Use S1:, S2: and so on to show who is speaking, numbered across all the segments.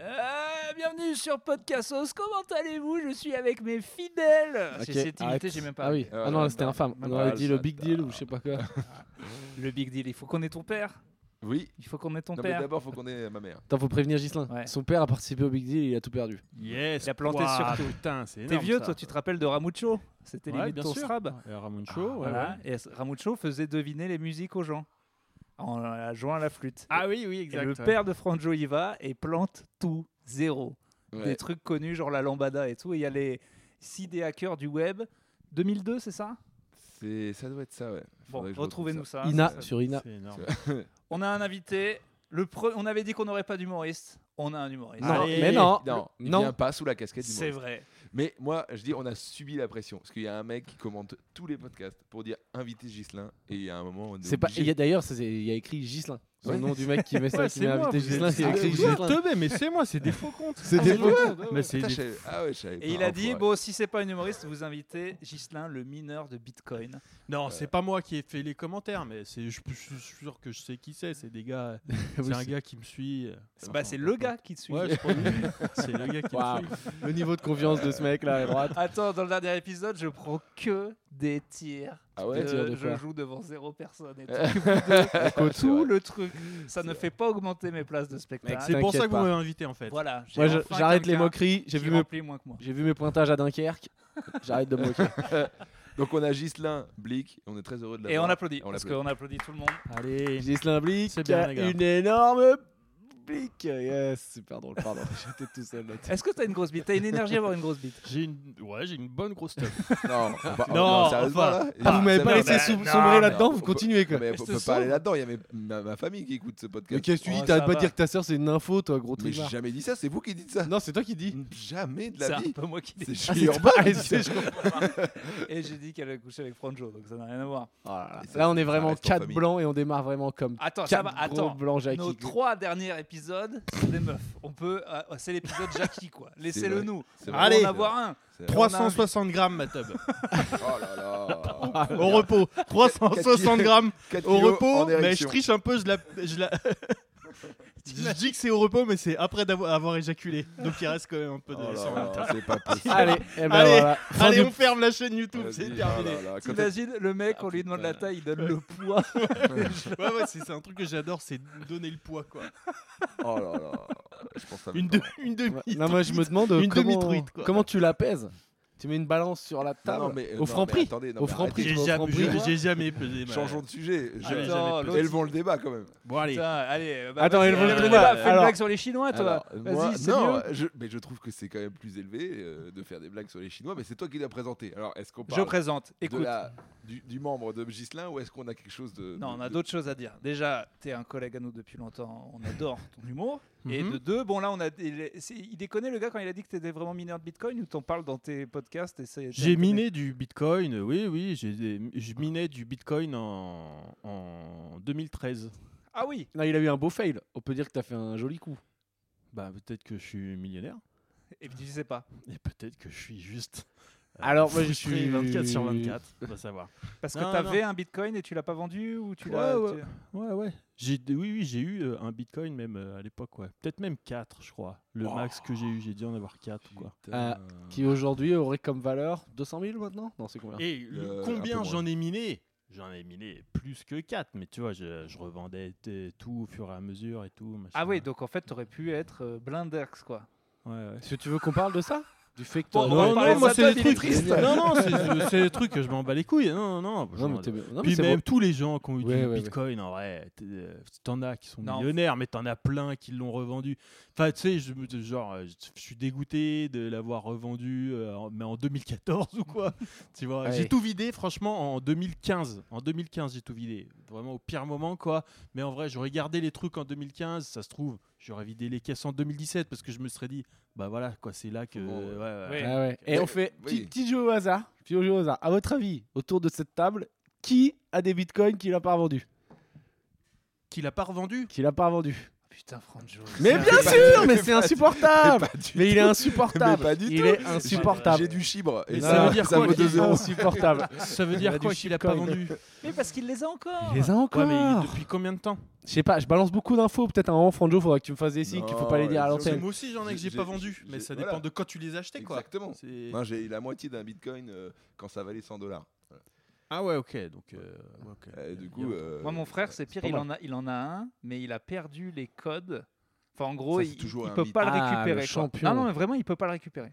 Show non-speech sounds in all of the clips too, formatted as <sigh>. S1: Euh, bienvenue sur Podcastos. Comment allez-vous Je suis avec mes fidèles.
S2: Ok,
S1: Ah, C'est cette imité,
S2: arrête.
S1: j'ai même pas.
S2: Ah oui,
S3: Euh,
S2: ah non, c'était
S3: non,
S2: infâme.
S3: même
S2: On
S3: pas,
S2: aurait dit le
S3: ça,
S2: big
S3: t'as-
S2: deal ou je sais pas quoi.
S1: Le big deal. Il faut qu'on ait ton père.
S3: Oui.
S1: Il faut qu'on ait ton
S3: Non, mais
S1: père.
S3: d'abord, faut qu'on ait ma mère.
S2: Attends, faut prévenir Gislin.
S1: Ouais.
S2: Son père a participé au big deal et il a tout perdu.
S4: Yes.
S1: Il a planté
S4: Ouah,
S1: surtout.
S4: Putain, c'est
S1: T'es
S4: énorme.
S1: vieux,
S4: ça.
S1: toi, tu te rappelles de Ramucho C'était
S4: Ouais,
S1: limite
S4: bien
S1: ton
S4: sûr.
S1: strab.
S4: Euh, Ramuncho, ouais,
S1: Voilà.
S4: ouais.
S1: Et Ramucho faisait deviner les musiques aux gens en la jouant à la flûte.
S4: Ah oui, oui,
S1: Et
S4: exact.
S1: le
S4: ouais.
S1: père de Franjo y va et plante tout, zéro. Des
S3: Ouais.
S1: trucs connus, genre la lambada et tout. Et il y a les 6 des hackers du web. 2002, c'est ça
S3: C'est... Ça doit être ça, ouais.
S1: Bon,
S3: Faudrait que je retrouve
S1: retrouvez-nous ça. Euh,
S2: Ina
S1: Ah, Ça, ça-
S2: sur Ina.
S4: C'est énorme.
S1: On a un invité. Le pre- On avait dit qu'on n'aurait pas d'humoriste. On a un humoriste.
S2: Non,
S4: Allez.
S2: mais non.
S3: Non, il
S2: Non.
S3: vient pas sous la casquette du
S1: C'est
S3: monde.
S1: vrai.
S3: Mais moi, je dis, on a subi la pression. Parce qu'il y a un mec qui commente tous les podcasts pour dire inviter Gislin. Et il y a un moment, on est
S2: C'est pas.
S3: obligé.
S2: Il y a d'ailleurs, ça, c'est- il y a écrit Gislin. C'est
S3: Ouais.
S2: le nom du mec qui met ça,
S4: Ouais,
S2: qui
S4: c'est
S2: m'a
S4: moi,
S2: invité
S4: vous
S2: Gislin.
S4: êtes-
S2: Il y a écrit
S4: Vous êtes
S2: Gislin.
S4: teubés, mais c'est moi, c'est des faux comptes.
S2: C'est des faux comptes.
S4: <laughs> Mais c'est
S3: Putain,
S4: des-
S3: je savais- Ah ouais, je savais pas,
S1: Et il a dit
S3: enfoiré.
S1: bon, si c'est pas un humoriste, vous invitez Gislin, le mineur de Bitcoin.
S4: Non, c'est pas moi qui ai fait les commentaires, mais c'est je, je suis sûr que je sais qui c'est. C'est des <laughs> gars.
S2: Oui,
S4: C'est un
S2: c'est-
S4: gars qui me <laughs> suit. euh,
S1: C'est- bah, c'est le gars qui te suit.
S4: Ouais, je crois que c'est le gars qui
S2: Waouh.
S4: me suit.
S2: Le niveau de confiance de ce mec là à droite.
S1: Attends, dans le dernier épisode, je prends que des tirs.
S3: Ah ouais
S1: de-
S2: tirs de
S1: je
S2: quoi
S1: joue devant zéro personne. Et tout.
S3: C'est
S1: tout
S3: vrai.
S1: le truc. Ça ne fait pas augmenter mes places de spectacle.
S2: Mec,
S4: C'est pour ça
S2: T'inquiète
S4: que vous
S2: pas.
S4: m'avez invité en fait.
S1: Voilà. j'ai
S2: Moi, je-
S1: enfin
S2: j'arrête les
S1: quelqu'un
S2: moqueries. J'ai
S1: qui
S2: vu mes
S1: remplit moins que moi.
S2: j'ai vu mes pointages à Dunkerque. J'arrête de me moquer.
S3: Donc on a Gislin, Blick. On est très heureux de
S1: Et on
S3: l'avoir.
S1: applaudit.
S3: On
S1: parce
S3: l'applaudit.
S1: qu'on applaudit tout le monde.
S4: Allez.
S2: Gislin Blick
S4: C'est
S2: qui a
S4: bien, les gars.
S2: une énorme blick. Yes, super drôle. Pardon, <laughs> j'étais tout seul là.
S1: Est-ce que t'as une grosse bite T'as une énergie à avoir une grosse bite
S4: J'ai une, ouais, j'ai une bonne grosse <laughs> teub.
S3: Non, on va-
S4: Non,
S3: non, sérieusement,
S4: enfin,
S3: là,
S2: Ah, vous m'avez
S3: ça
S2: pas
S3: va,
S2: laissé
S3: mais-
S2: sou-
S1: non,
S2: sombrer
S1: mais
S2: là-dedans,
S3: on
S2: vous
S3: peut-
S2: continuez quoi.
S3: Mais
S1: Mais
S3: on
S1: je te
S3: peut pas aller
S1: sens.
S3: là-dedans, il y a mes- ma, ma famille qui écoute ce
S2: Mais
S3: podcast.
S2: qu'est-ce que tu
S1: Oh,
S2: dis T'as
S1: ça
S2: pas
S1: va.
S2: dire que ta sœur c'est une info, toi, gros
S3: Mais j'ai
S2: trivard.
S3: jamais dit ça, c'est vous qui dites ça.
S2: Non, c'est toi qui dis.
S3: Jamais de
S1: C'est
S3: la
S1: un <laughs>
S3: vie.
S1: peu moi qui l'ai
S3: C'est
S1: dit.
S3: Julie Urbain.
S2: Ah,
S1: <laughs>
S2: c'est- je comprends.
S1: Et j'ai dit qu'elle a couché avec Franjo, donc ça n'a rien à voir.
S2: Oh là, là.
S3: Et ça,
S2: Là, on est
S3: ça
S2: vraiment
S3: reste en
S2: 4
S3: famille.
S2: blancs et on démarre vraiment comme
S1: Attends, Ah, ça
S2: 4
S1: va.
S2: gros
S1: Attends.
S2: blancs Jackie.
S1: Nos trois derniers épisodes, c'est des meufs. On peut. euh, c'est l'épisode Jackie, quoi. Laissez-le
S3: vrai.
S1: nous.
S3: C'est
S1: On
S3: vrai.
S1: va
S4: Allez.
S1: en avoir un.
S3: C'est-
S4: 360 grammes ma teub.
S3: Oh là là.
S4: Au <laughs> repos. 360 grammes.
S3: Quatre
S4: Au
S3: kilos
S4: repos,
S3: en
S4: mais je
S3: érection.
S4: triche un peu, je la. Je,
S3: <laughs>
S4: la- je dis que c'est au repos, mais c'est après d'avoir avoir éjaculé. Donc il reste quand même un peu
S3: Oh
S4: de.
S3: là
S4: sang.
S3: là, c'est
S4: <laughs>
S3: pas possible.
S2: <laughs> Allez, eh ben
S4: Allez,
S2: voilà. Fin
S4: Allez,
S2: du-
S4: on ferme la chaîne YouTube,
S3: Vas-y,
S4: c'est
S3: oh
S4: terminé.
S3: là là, quand t'as-
S1: T'imagines le mec, on lui demande la taille, il donne le poids.
S4: Ouais, ouais, c'est c'est un truc que j'adore, c'est donner le poids, quoi.
S3: Oh là là. Je pense à
S4: Une, de- une demi.
S2: Ouais. Non, moi je me demande
S4: Une
S2: comment,
S4: demi-truite, quoi.
S2: comment tu la pèses. Tu mets une balance sur la
S3: Non,
S2: table
S3: non, mais, euh,
S2: au
S3: non,
S2: franc
S3: mais
S2: prix.
S3: attendez, non,
S2: Au
S3: mais
S2: franc prix.
S3: arrêtez.
S4: J'ai
S2: tu vas au
S4: jamais,
S2: franc prix.
S4: j'ai- j'ai jamais pesé. ma-
S3: Changeons de sujet. Je-
S4: Allez,
S1: Attends,
S4: jamais
S1: l'autre,
S3: Elles vont le débat quand même.
S4: Bon, allez.
S1: Putain, allez. euh, bah,
S2: Attends,
S1: vas-y,
S2: elle veut
S1: euh,
S4: le
S1: fais
S4: trouver.
S1: une blague, Fais une
S2: Alors-
S1: blague sur les
S4: Ah,
S1: Chinois, toi.
S3: Alors, moi,
S1: Vas-y, c'est
S3: non,
S1: mieux.
S3: je, mais je trouve que c'est quand même plus élevé euh, de faire des blagues sur les Chinois, mais c'est toi qui l'as présenté. Alors, est-ce qu'on
S1: Je
S3: parle
S1: présente.
S3: de
S1: Écoute.
S3: la- du, du membre de Gislin ou est-ce qu'on a quelque chose de.
S1: Non,
S3: de-
S1: on a
S3: de-
S1: d'autres choses à dire. Déjà, t'es un collègue à nous depuis longtemps, on adore ton humour. Et
S4: Mhm.
S1: de deux, bon là, on a, il, c'est- il déconnait le gars quand il a dit que t'étais vraiment mineur de Bitcoin ou t'en parles dans tes podcasts et c'est.
S4: J'ai
S1: t'as-
S4: miné du bitcoin, oui, oui, j'ai des- je minais du bitcoin en, en 2013.
S1: Ah oui.
S2: Non, il a eu un beau fail. On peut dire que t'as fait un joli coup.
S4: Bah, peut-être que je suis millionnaire,
S1: Et puis tu sais pas.
S4: et peut-être que je suis juste. euh,
S2: Alors, moi, je
S4: frustré
S2: suis-
S4: 24 sur <laughs> 24, on va savoir.
S1: Parce que
S4: Non,
S1: t'avais un Bitcoin et tu l'as pas vendu ou tu l'as.
S4: Ouais, ouais.
S1: tu-
S4: Ouais, ouais. J'ai, oui, oui, j'ai eu euh, un bitcoin même euh, à l'époque, ouais. Peut-être même 4, je crois. Le
S3: Oh.
S4: max que j'ai eu, j'ai dû en avoir 4, quoi. Euh,
S2: Ah,
S3: Putain.
S2: Qui aujourd'hui aurait comme valeur 200 000 maintenant Non, c'est combien
S4: Et
S3: Euh, un
S4: combien
S3: peu moins.
S4: j'en ai miné J'en ai miné plus que 4, mais tu vois, je, je revendais t- tout au fur et à mesure et tout. machin.
S1: Ah oui, donc en fait, t'aurais pu être euh, blindex quoi.
S4: Ouais, ouais.
S2: Est-ce que tu veux qu'on parle de ça Du fait que
S1: Bon,
S3: Oh,
S2: t'as-
S1: on va parler de sa teub, il est triste.
S4: Non, non, c'est- c'est le truc que je m'en bats les couilles. Non, non, non.
S2: Non, mais
S4: j'en-
S2: t'es- non, mais
S4: Puis
S2: c'est
S4: même
S2: beau.
S4: tous les gens qui ont eu
S2: Ouais,
S4: du
S2: ouais, ouais.
S4: bitcoin, en vrai, t'es- euh, t'en as qui sont
S1: Non.
S4: millionnaires, mais t'en as plein qui l'ont revendu. Enfin, tu sais, je, me- genre, euh, je je suis dégoûté de l'avoir revendu, euh, en- mais en 2014 <laughs> ou quoi. tu vois,
S2: Ouais.
S4: j'ai tout vidé, franchement, en 2015. En 2015, j'ai tout vidé. Vraiment au pire moment, quoi. Mais en vrai, j'aurais gardé les trucs en 2015, ça se trouve, j'aurais vidé les caisses en 2017 parce que je me serais dit, bah voilà, quoi, c'est là que.
S3: Bon,
S4: ouais, ouais.
S1: Oui.
S2: Ah ouais. Et
S3: Ouais,
S2: on fait
S3: Eh, oui.
S2: petit, petit jeu au hasard. Petit jeu au hasard. À votre avis, autour de cette table, qui a des bitcoins qu'il a pas vendu
S4: Qu'il a pas revendu
S2: Qu'il a pas vendu
S1: Putain, Franjo.
S2: Mais bien sûr,
S3: <laughs>
S2: mais c'est insupportable.
S3: Pas du
S2: Mais il est
S3: tout.
S2: insupportable.
S3: Mais pas du
S2: il
S3: tout.
S2: est
S3: J'ai
S2: insupportable.
S3: du chibre. Et
S4: Mais
S3: ça,
S4: ça veut dire
S3: ça
S4: quoi,
S3: vaut
S4: les-
S3: 2
S2: Il est
S3: euros. <laughs>
S2: insupportable.
S4: Ça
S2: <laughs>
S4: veut
S2: Il a
S4: dire
S2: du
S4: quoi qu'il a pas
S2: shitcoin.
S4: vendu
S1: Mais parce qu'il les a encore.
S2: Il les a encore.
S4: Ouais, mais il- depuis combien de temps
S2: Je sais pas, je balance beaucoup d'infos. Peut-être un moment, Franjo, faudra que tu me fasses des signes qu'il faut pas les
S3: Non,
S2: dire à
S3: les
S4: Parce que
S2: l'antenne.
S4: Moi aussi, j'en ai que j'ai
S3: J'ai-
S4: pas
S3: j'ai-
S4: vendu,
S3: j'ai-
S4: mais ça
S3: voilà.
S4: dépend de quand tu les achetais, quoi.
S3: Exactement.
S4: C'est-
S3: Non, j'ai eu la moitié d'un bitcoin euh, quand ça valait 100 dollars.
S4: Ah ouais, ok. Donc, euh, ouais, ok.
S3: Et Du
S4: Bien.
S3: coup, euh,
S1: Moi, mon frère, c'est pire.
S2: pas
S1: Il
S2: mal.
S1: en, a, il en a un, mais il a perdu les codes. Enfin, en gros,
S3: Ça, c'est
S1: il,
S3: toujours
S1: il
S3: un
S1: peut
S3: mythe.
S1: pas le
S2: Ah, le
S1: récupérer. quoi.
S2: champion.
S1: Non, non, mais vraiment, il peut pas le récupérer.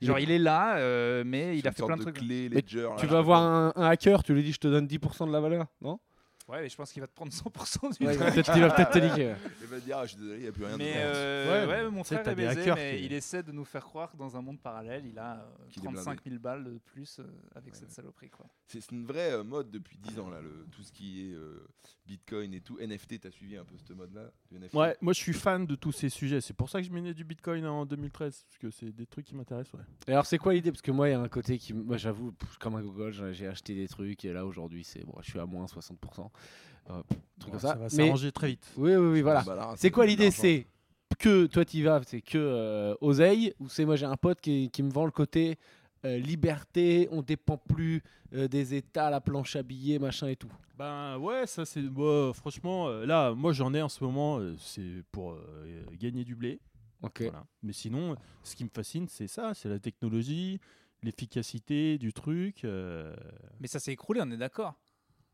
S2: Il
S1: Genre,
S2: est-
S1: il est là, euh, mais il
S3: c'est
S1: a
S3: une
S1: fait plein
S3: sorte
S1: de trucs.
S3: clé
S2: Mais
S3: ledger. là,
S2: Tu
S3: je
S2: vas
S3: sais
S2: voir
S3: pas.
S2: un, un hacker, tu lui dis je te donne 10% de la valeur, non
S1: Ouais, mais je pense qu'il va te prendre 100% du truc.
S2: Ouais, Il va peut-être il va peut-être te liquer.
S3: Il va te dire, ah, je suis désolé, il n'y a plus rien.
S1: Mais
S3: dedans.
S1: euh,
S4: Ouais,
S1: ouais, mon
S4: tu sais,
S1: frère
S4: t'as
S1: est
S4: des
S1: baisé,
S4: hackers
S1: mais
S4: qui-
S1: il essaie de nous faire croire que dans un monde parallèle, il a euh,
S3: Qu'il est blindé.
S1: 35 000 balles de plus euh, avec
S3: Ouais,
S1: cette
S3: ouais.
S1: saloperie. Quoi.
S3: C'est c'est une vraie euh, mode depuis 10 ans, là, le, tout ce qui est euh, Bitcoin et tout. NFT, t'as suivi un peu cette mode-là du NFT
S4: Ouais, moi je suis fan de tous ces sujets. C'est pour ça que je menais du Bitcoin en 2013, parce que c'est des trucs qui m'intéressent. Ouais.
S2: Et alors, c'est quoi l'idée Parce que moi, il y a un côté qui. m- Moi, j'avoue, pff, comme un Google, j'ai- j'ai acheté des trucs et là, aujourd'hui, c'est bon, je suis à moins 60%. Euh, truc comme ça.
S4: ça va
S2: Mais-
S4: s'arranger très vite.
S2: Oui, oui, oui, voilà.
S3: Bah, là,
S2: C'est quoi
S3: de
S2: l'idée
S3: l'argent.
S2: C'est que toi, tu vas, c'est que euh, oseille ou c'est moi, j'ai un pote qui, qui me vend le côté euh, liberté, on dépend plus euh, des États, la planche à billets, machin et tout.
S4: Ben ouais, ça c'est. bah, franchement, euh, là, moi j'en ai en ce moment, euh, c'est pour euh, gagner du blé.
S2: Ok.
S4: Voilà. Mais sinon, ce qui me fascine, c'est ça c'est la technologie, l'efficacité du truc. euh,
S1: Mais ça s'est écroulé, on est d'accord.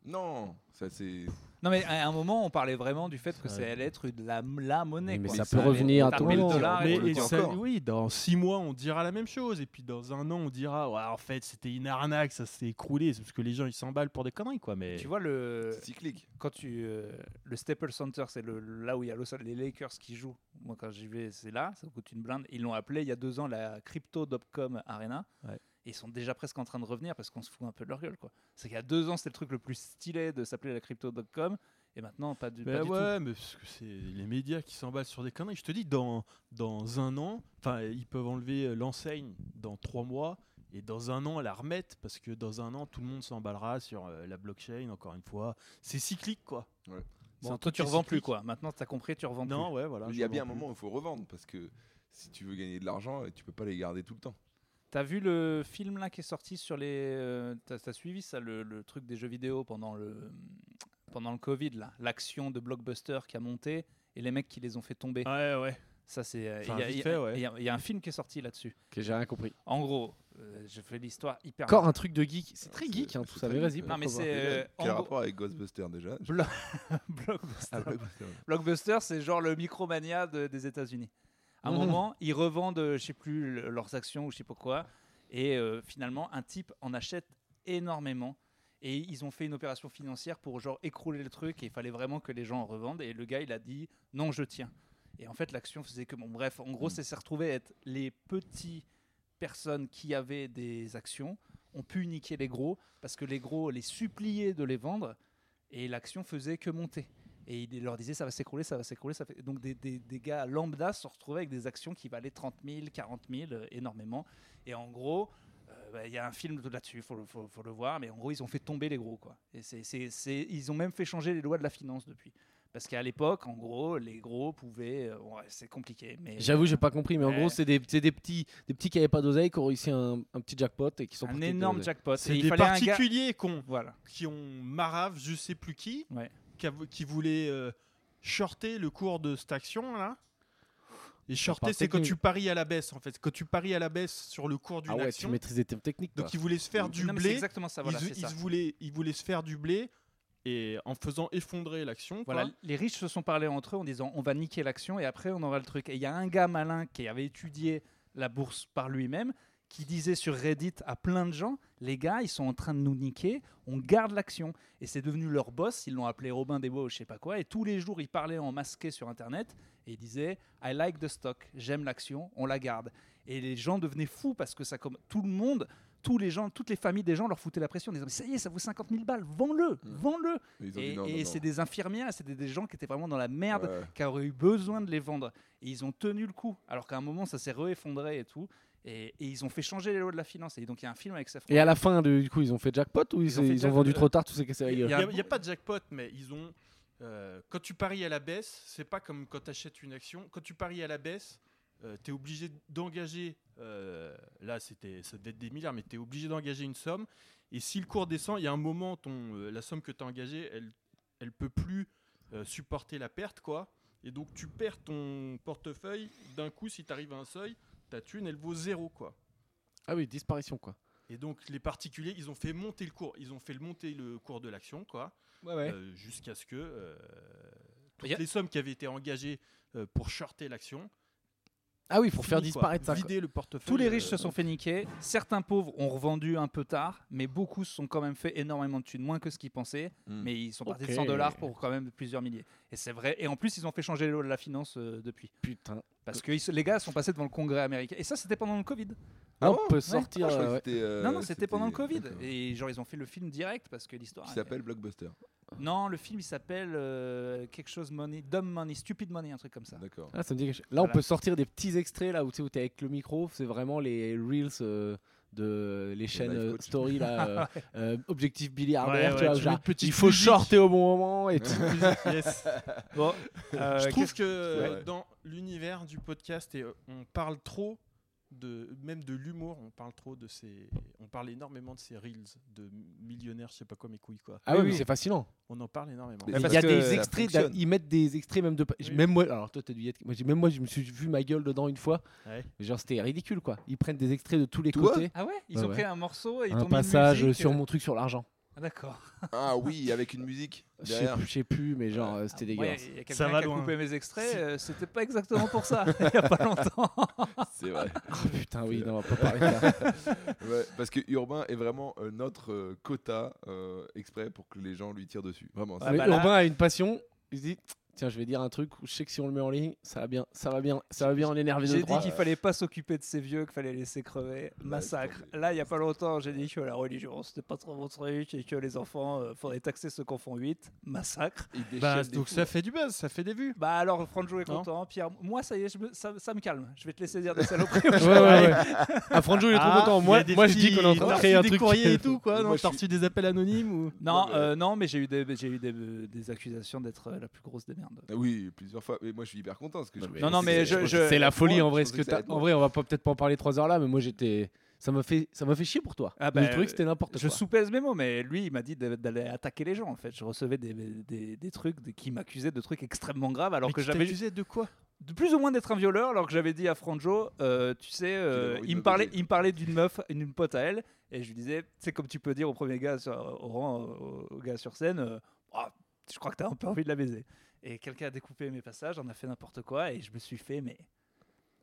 S3: Non, ça c'est.
S1: Non, mais à un moment, on parlait vraiment du fait que
S4: Ouais.
S1: ça allait être de la, la monnaie.
S2: Oui, mais
S1: quoi.
S2: ça peut
S1: allait
S2: revenir à tout
S1: taper le
S2: moment.
S1: dollar et
S4: Mais
S1: tout,
S4: et
S1: quoi.
S4: ça-
S3: encore.
S4: oui, dans six mois, on dira la même chose. Et puis dans un an, on dira Ouais, en fait, c'était une arnaque, ça s'est écroulé. C'est parce que les gens ils s'emballent pour des conneries, quoi. Mais
S1: Tu vois, le,
S2: Euh,
S3: c'est cyclique.
S1: quand tu, euh, le Staples Center, c'est le, là où il y a Los- les Lakers qui jouent. Moi, quand j'y vais, c'est là, ça coûte une blinde. Ils l'ont appelé il y a deux ans la Crypto.com Arena.
S4: Ouais.
S1: Et ils sont déjà presque en train de revenir parce qu'on se fout un peu de leur gueule. quoi. C'est qu'il y a deux ans, c'était le truc le plus stylé de s'appeler la Crypto.com. Et maintenant, pas du,
S4: Ben
S1: pas du tout.
S4: ouais, mais parce que c'est les médias qui s'emballent sur des conneries. Je te dis, dans, dans un an, enfin, ils peuvent enlever euh, l'enseigne dans trois mois et dans un an, la remettre parce que dans un an, tout le monde s'emballera sur euh, la blockchain, encore une fois. C'est cyclique, quoi.
S3: Ouais.
S4: C'est un
S1: Bon, toi,
S4: truc
S1: tu
S4: qui est
S1: revends plus,
S4: cyclique.
S1: quoi. Maintenant, tu as compris, tu revends
S4: Non, ouais,
S2: ben,
S4: voilà.
S3: Il
S4: je
S3: y a
S4: revends
S3: bien un
S4: plus.
S3: moment où il faut revendre parce que si tu veux gagner de l'argent, euh, tu peux pas les garder tout le temps.
S1: plus. T'as vu le film là qui est sorti sur les. euh, T'as t'as suivi ça, le, le truc des jeux vidéo pendant le, pendant le Covid, là L'action de Blockbuster qui a monté et les mecs qui les ont fait tomber.
S4: Ouais, ouais.
S1: Ça, c'est. euh, Il
S4: Enfin,
S1: y a-
S4: vite
S1: il y,
S4: fait,
S1: a-
S4: ouais.
S1: il y a- il y a un film qui est sorti là-dessus.
S2: Ok, j'ai rien compris.
S1: En gros, euh, je fais l'histoire hyper. <laughs>
S2: Encore un truc de geek. C'est très
S3: C'est-
S2: geek, hein,
S3: c'est
S2: tout ça.
S3: très
S2: Mais
S3: geek,
S2: vas-y.
S3: ouais.
S1: Non, mais
S2: pourquoi
S1: c'est.
S2: pas.
S1: euh, en
S3: Quel
S1: gros-
S3: rapport avec Ghostbuster déjà <laughs>
S2: Ah,
S3: je-
S1: Blockbuster.
S3: Ah, Blockbuster.
S1: Blockbuster, c'est genre le Micromania de- des États-Unis. À un
S2: Mhm.
S1: moment, ils revendent, euh, je sais plus, le- leurs actions ou je sais pas quoi. Et euh, finalement, un type en achète énormément. Et ils ont fait une opération financière pour genre écrouler le truc et il fallait vraiment que les gens en revendent. Et le gars, il a dit non, je tiens. Et en fait, l'action faisait que bon, bref, en gros,
S3: Mm.
S1: ça s'est retrouvé à être les petits personnes qui avaient des actions ont pu niquer les gros parce que les gros les suppliaient de les vendre et l'action faisait que monter. Et il leur disait ça va s'écrouler, ça va s'écrouler. Ça fait... Donc des, des- des gars lambda se retrouvaient avec des actions qui valaient 30 000, 40 000, euh, énormément. Et en gros, euh, bah, il y a un film là-dessus, il faut, le- faut- faut le voir. Mais en gros, ils ont fait tomber les gros. Quoi. Et c'est, c'est- c'est- Ils ont même fait changer les lois de la finance depuis. Parce qu'à l'époque, en gros, les gros pouvaient... euh, ouais, c'est compliqué. Mais
S2: J'avoue, j'ai pas compris, mais en
S1: Ouais.
S2: gros, c'est des, c'est des petits, des petits qui avaient pas d'oseille, qui ont réussi un, un petit jackpot et qui sont
S1: un
S2: partis de
S1: énorme
S2: l'oseille.
S1: jackpot. Et
S4: C'est
S1: il
S4: des
S1: fallait un gars-
S4: particuliers qu'on
S1: Voilà.
S4: qui ont marave, je sais plus qui,
S1: Ouais.
S4: qui, a- qui voulait euh, shorter le cours de cette action là. Et shorter,
S2: parle
S4: c'est quand
S2: technique.
S4: tu paries à la baisse en fait. C'est Quand tu paries à la baisse sur le cours d'une
S2: Ah ouais, tu
S4: action,
S2: maîtrises des thèmes techniques.
S4: donc
S2: toi.
S4: ils voulaient se faire
S1: Non,
S4: du
S1: mais c'est
S4: blé.
S1: exactement ça. Voilà,
S4: ils,
S1: c'est
S4: ils
S1: ça.
S4: voulaient, ils voulaient se faire du blé et en faisant effondrer l'action. quoi.
S1: Voilà, les riches se sont parlé entre eux en disant on va niquer l'action et après on aura le truc. Et il y a un gars malin qui avait étudié la bourse par lui-même qui disait sur Reddit à plein de gens les gars ils sont en train de nous niquer, on garde l'action. Et c'est devenu leur boss, ils l'ont appelé Robin des Bois ou je sais pas quoi. Et tous les jours ils parlaient en masqué sur internet et ils disaient I like the stock, j'aime l'action, on la garde. Et les gens devenaient fous parce que ça comme tout le monde. Tous les gens, toutes les familles des gens leur foutaient la pression en disant Mais Ça y est, ça vaut 50 000 balles, vends-le,
S3: Mm.
S1: vends-le
S3: Ils ont dit
S1: et,
S3: non, non,
S1: et
S3: non.
S1: c'est des infirmières, c'était des gens qui étaient vraiment dans la merde,
S3: Ouais.
S1: qui auraient eu besoin de les vendre. Et ils ont tenu le coup, alors qu'à un moment, ça s'est re-effondré et tout. Et, et ils ont fait changer les lois de la finance. Et donc, il y a un film avec ça.
S2: Et à la fin, du coup, ils ont fait jackpot ou ils,
S1: ont fait
S2: ils ont
S1: jack-
S2: vendu
S1: euh,
S2: trop tard, tout ça cassé la
S4: Il
S2: gueule
S4: n'y
S1: y a
S4: a,
S1: un-
S4: il y a pas de jackpot, mais ils ont euh, quand tu paries à la baisse, c'est pas comme quand tu achètes une action. Quand tu paries à la baisse, tu es obligé d'engager, euh, là c'était, ça devait être des milliards, mais tu es obligé d'engager une somme. Et si le cours descend, il y a un moment, ton, euh, la somme que tu as engagée, elle elle peut plus euh, supporter la perte, quoi. Et donc tu perds ton portefeuille d'un coup si tu arrives à un seuil, ta thune elle vaut zéro, quoi.
S2: Ah oui, disparition quoi.
S4: Et donc les particuliers, ils ont fait monter le cours, ils ont fait le monter le cours de l'action, quoi,
S2: Ouais, ouais.
S4: euh, jusqu'à ce que euh,
S1: Y a-
S4: toutes les sommes qui avaient été engagées euh, pour shorter l'action,
S2: ah oui, pour faire
S4: fini, quoi.
S2: disparaître ça.
S4: vider le portefeuille.
S1: Tous les riches
S4: euh,
S1: se sont fait niquer. Certains pauvres ont revendu un peu tard, mais beaucoup se sont quand même fait énormément de thunes, moins que ce qu'ils pensaient.
S3: Mm.
S1: Mais ils sont partis
S2: Ok.
S1: de 100 dollars pour quand même plusieurs milliers. Et c'est vrai. Et en plus, ils ont fait changer le- la finance euh, depuis.
S2: quoi. Putain.
S1: Parce que ils se- les gars sont passés devant le Congrès américain. Et ça, c'était pendant le Covid.
S2: Ah,
S3: bon
S2: on peut sortir.
S3: Ah, je croyais que
S2: euh, ouais.
S3: c'était, euh,
S1: non, non, c'était pendant le Covid.
S3: D'accord.
S1: Et genre, ils ont fait le film direct parce que l'histoire.
S3: Qui
S1: elle-
S3: s'appelle Blockbuster.
S1: Non, le film, il s'appelle euh, quelque chose Money, Dumb Money, Stupid Money, un truc comme ça.
S4: <laughs>
S3: D'accord.
S2: Ah, ça me dit quelque chose. Là, on
S1: Voilà.
S2: peut sortir des petits extraits là où tu es avec le micro. C'est vraiment les reels euh, de les chaînes
S3: life
S2: euh,
S3: coach.
S2: story là. <laughs> euh, euh, Objectif milliardaire.
S4: Ouais,
S2: tu vois,
S4: ouais, tu mets
S2: genre,
S4: une petite
S2: il faut
S4: musique.
S2: shorter au bon moment et tout.
S4: Yes.
S1: Bon, euh,
S4: je trouve
S1: qu'est-ce-
S4: que euh,
S3: Ouais.
S4: dans l'univers du podcast, et, euh, on parle trop de même de l'humour, on parle trop de ces, on parle énormément de ces reels de millionnaires, je sais pas quoi, mes couilles quoi.
S2: Ah oui,
S1: Oui,
S2: mais
S1: oui.
S2: c'est fascinant.
S4: On en parle énormément.
S3: Mais
S1: Ouais,
S2: Il
S1: parce
S2: y a
S1: que
S2: des
S1: ça
S2: extraits,
S3: fonctionne.
S2: ils mettent des extraits même de. pa-
S4: Oui.
S2: Même moi, alors toi, t'as dû y être. Moi, j'ai- même moi, je me suis vu ma gueule dedans une fois.
S4: Ouais.
S2: Mais Genre, c'était ridicule, quoi. Ils prennent des extraits de tous les
S3: Toi
S2: côtés.
S1: Ah ouais Ils
S2: Ouais,
S1: ont
S2: ouais.
S1: créé un morceau et ils ont
S2: Un
S1: mis une
S2: passage
S1: musique,
S2: sur
S1: euh,
S2: mon truc sur l'argent.
S1: Ah, D'accord.
S3: Ah oui, avec une musique
S2: Je sais
S3: derrière.
S2: plus- je sais plus, mais genre, euh, c'était
S1: Ah, moi, Il y
S2: dégueulasse.
S1: a
S4: Ça
S1: quelqu'un qui
S4: va
S1: a
S4: loin.
S1: coupé mes extraits. euh, C'était pas exactement pour
S2: <laughs>
S1: ça. <laughs> Il y a pas longtemps.
S3: C'est vrai.
S2: Oh, putain, oui, non, on va pas parler de ça.
S3: Ouais, parce que Urbain est vraiment euh, notre euh, quota euh, exprès pour que les gens lui tirent dessus. Vraiment.
S1: Ah
S2: Mais
S1: bah là-
S2: Urbain a une passion. Il se dit, tiens, je vais dire un truc où je sais que si on le met en ligne, ça va bien, ça va bien, ça va bien en énerver deux
S1: J'ai dit
S2: trois.
S1: qu'il fallait pas s'occuper de ces vieux, qu'il fallait laisser crever. Massacre. Là, il y a pas longtemps, j'ai dit que la religion, c'était pas trop mon truc et que les enfants, euh, faudrait taxer ceux qui en font 8. Massacre.
S3: Il déchaîne
S4: Bah,
S3: des
S4: donc
S3: fous.
S4: ça fait du buzz, ça fait des vues.
S1: Bah alors, Franjo est
S4: Non.
S1: content. Pierre, moi, ça y est, je me- ça, ça me calme. Je vais te laisser dire des saloperies.
S2: Ouais, ouais, ouais. Ah, Franjo, il est trop
S4: Ah,
S2: content.
S4: il y
S2: Moi,
S4: a des
S2: moi je dis qu'on est en
S4: petits-
S2: train de
S4: t'as
S2: créer un
S4: reçu des
S2: truc.
S4: courriers et tout quoi.
S3: Moi,
S4: Non,
S3: je
S4: t'as
S3: suis-
S4: reçu des appels anonymes ou
S1: Non,
S3: Ouais, ouais.
S1: euh, non, mais j'ai eu des, j'ai eu des, des accusations d'être euh, la plus grosse des merdes.
S3: Ah Oui, plusieurs fois. Mais moi, je suis hyper content parce que.
S2: Non,
S3: je-
S2: mais
S1: Non, non, mais je- je-
S2: C'est la folie
S3: Moi,
S2: en vrai.
S3: je
S2: Ce que
S3: pensais que ça
S2: t'as-
S3: allait être
S2: en
S3: moi.
S2: vrai, on va pas- peut-être pas en parler trois heures là, mais moi j'étais, ça m'a fait, ça m'a fait chier pour toi.
S1: Ah
S2: le
S1: bah,
S2: truc c'était n'importe
S1: Je
S2: quoi.
S1: soupèse mes mots, mais lui, il m'a dit d'a- d'aller attaquer les gens. En fait, je recevais des, des- des trucs de- qui m'accusaient de trucs extrêmement graves, alors
S4: Mais
S1: que
S4: qui
S1: j'avais
S4: t'accusait de quoi
S1: de plus ou moins d'être un violeur, alors que j'avais dit à Franjo, euh, tu sais, euh,
S3: envie de
S1: il,
S3: me
S1: me parlait,
S3: baiser.
S1: il me parlait d'une meuf, d'une pote à elle, et je lui disais, c'est comme tu peux dire au premier gars sur, au rang, au, au gars sur scène, euh, Ah, je crois que t'as un peu envie de la baiser. Et quelqu'un a découpé mes passages, on a fait n'importe quoi, et je me suis fait mais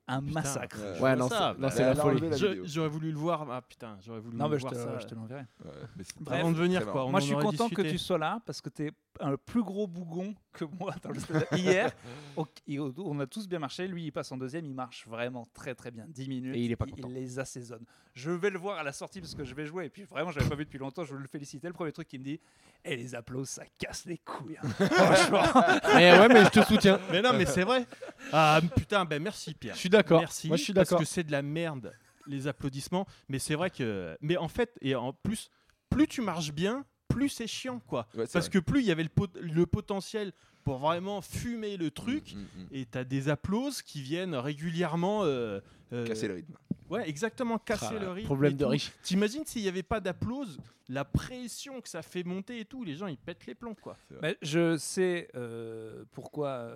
S1: un massacre.
S3: Ouais.
S2: Ouais, non,
S4: ça,
S2: c'est- non,
S4: bah,
S2: c'est la
S3: elle a
S2: folie.
S3: enlevé la
S4: Je-
S3: vidéo.
S4: J'aurais voulu le voir. Ah putain, j'aurais voulu
S1: Non,
S4: le
S1: mais je
S4: voir
S1: te,
S4: ça.
S1: je te l'enverrai.
S3: Ouais, mais c'est-
S1: Bref.
S4: Avant de venir
S3: Très
S4: quoi.
S3: marrant.
S4: on
S1: moi,
S4: en
S1: je suis
S4: aurait
S1: content que
S4: discuté.
S1: tu sois là parce que tu es un plus gros bougon que moi dans le stand-up. Hier, au- et au- on a tous bien marché. Lui, il passe en deuxième, il marche vraiment très très bien. 10 minutes.
S2: Et il est pas content.
S1: les assaisonne. Je vais le voir à la sortie parce que je vais jouer. Et puis vraiment, je l'avais pas vu depuis longtemps. Je veux le féliciter. Le premier truc qu'il me dit Et les applauses, ça casse les couilles. hein. Franchement.
S2: Mais ouais, mais je te soutiens.
S4: Mais non, mais c'est vrai. Ah putain, ben merci Pierre.
S2: Je suis d'accord.
S4: Merci.
S2: Moi, je suis
S4: parce
S2: d'accord.
S4: que c'est de la merde les applaudissements. Mais c'est vrai que. Mais en fait, et en plus, plus tu marches bien, plus c'est chiant quoi.
S3: Ouais, c'est
S4: Parce
S3: vrai.
S4: que plus il y avait le, pot- le potentiel pour vraiment fumer le truc.
S3: Mm, mm, mm.
S4: Et t'as des applauses qui viennent régulièrement. euh, euh,
S3: Casser le rythme.
S4: Ouais, exactement, casser
S2: Ah,
S4: le rythme.
S2: Problème
S4: et
S2: de
S4: tout.
S2: riche.
S4: T'imagines s'il n'y avait pas d'applause, la pression que ça fait monter et tout, les gens ils pètent les plombs quoi.
S1: Mais je sais euh, pourquoi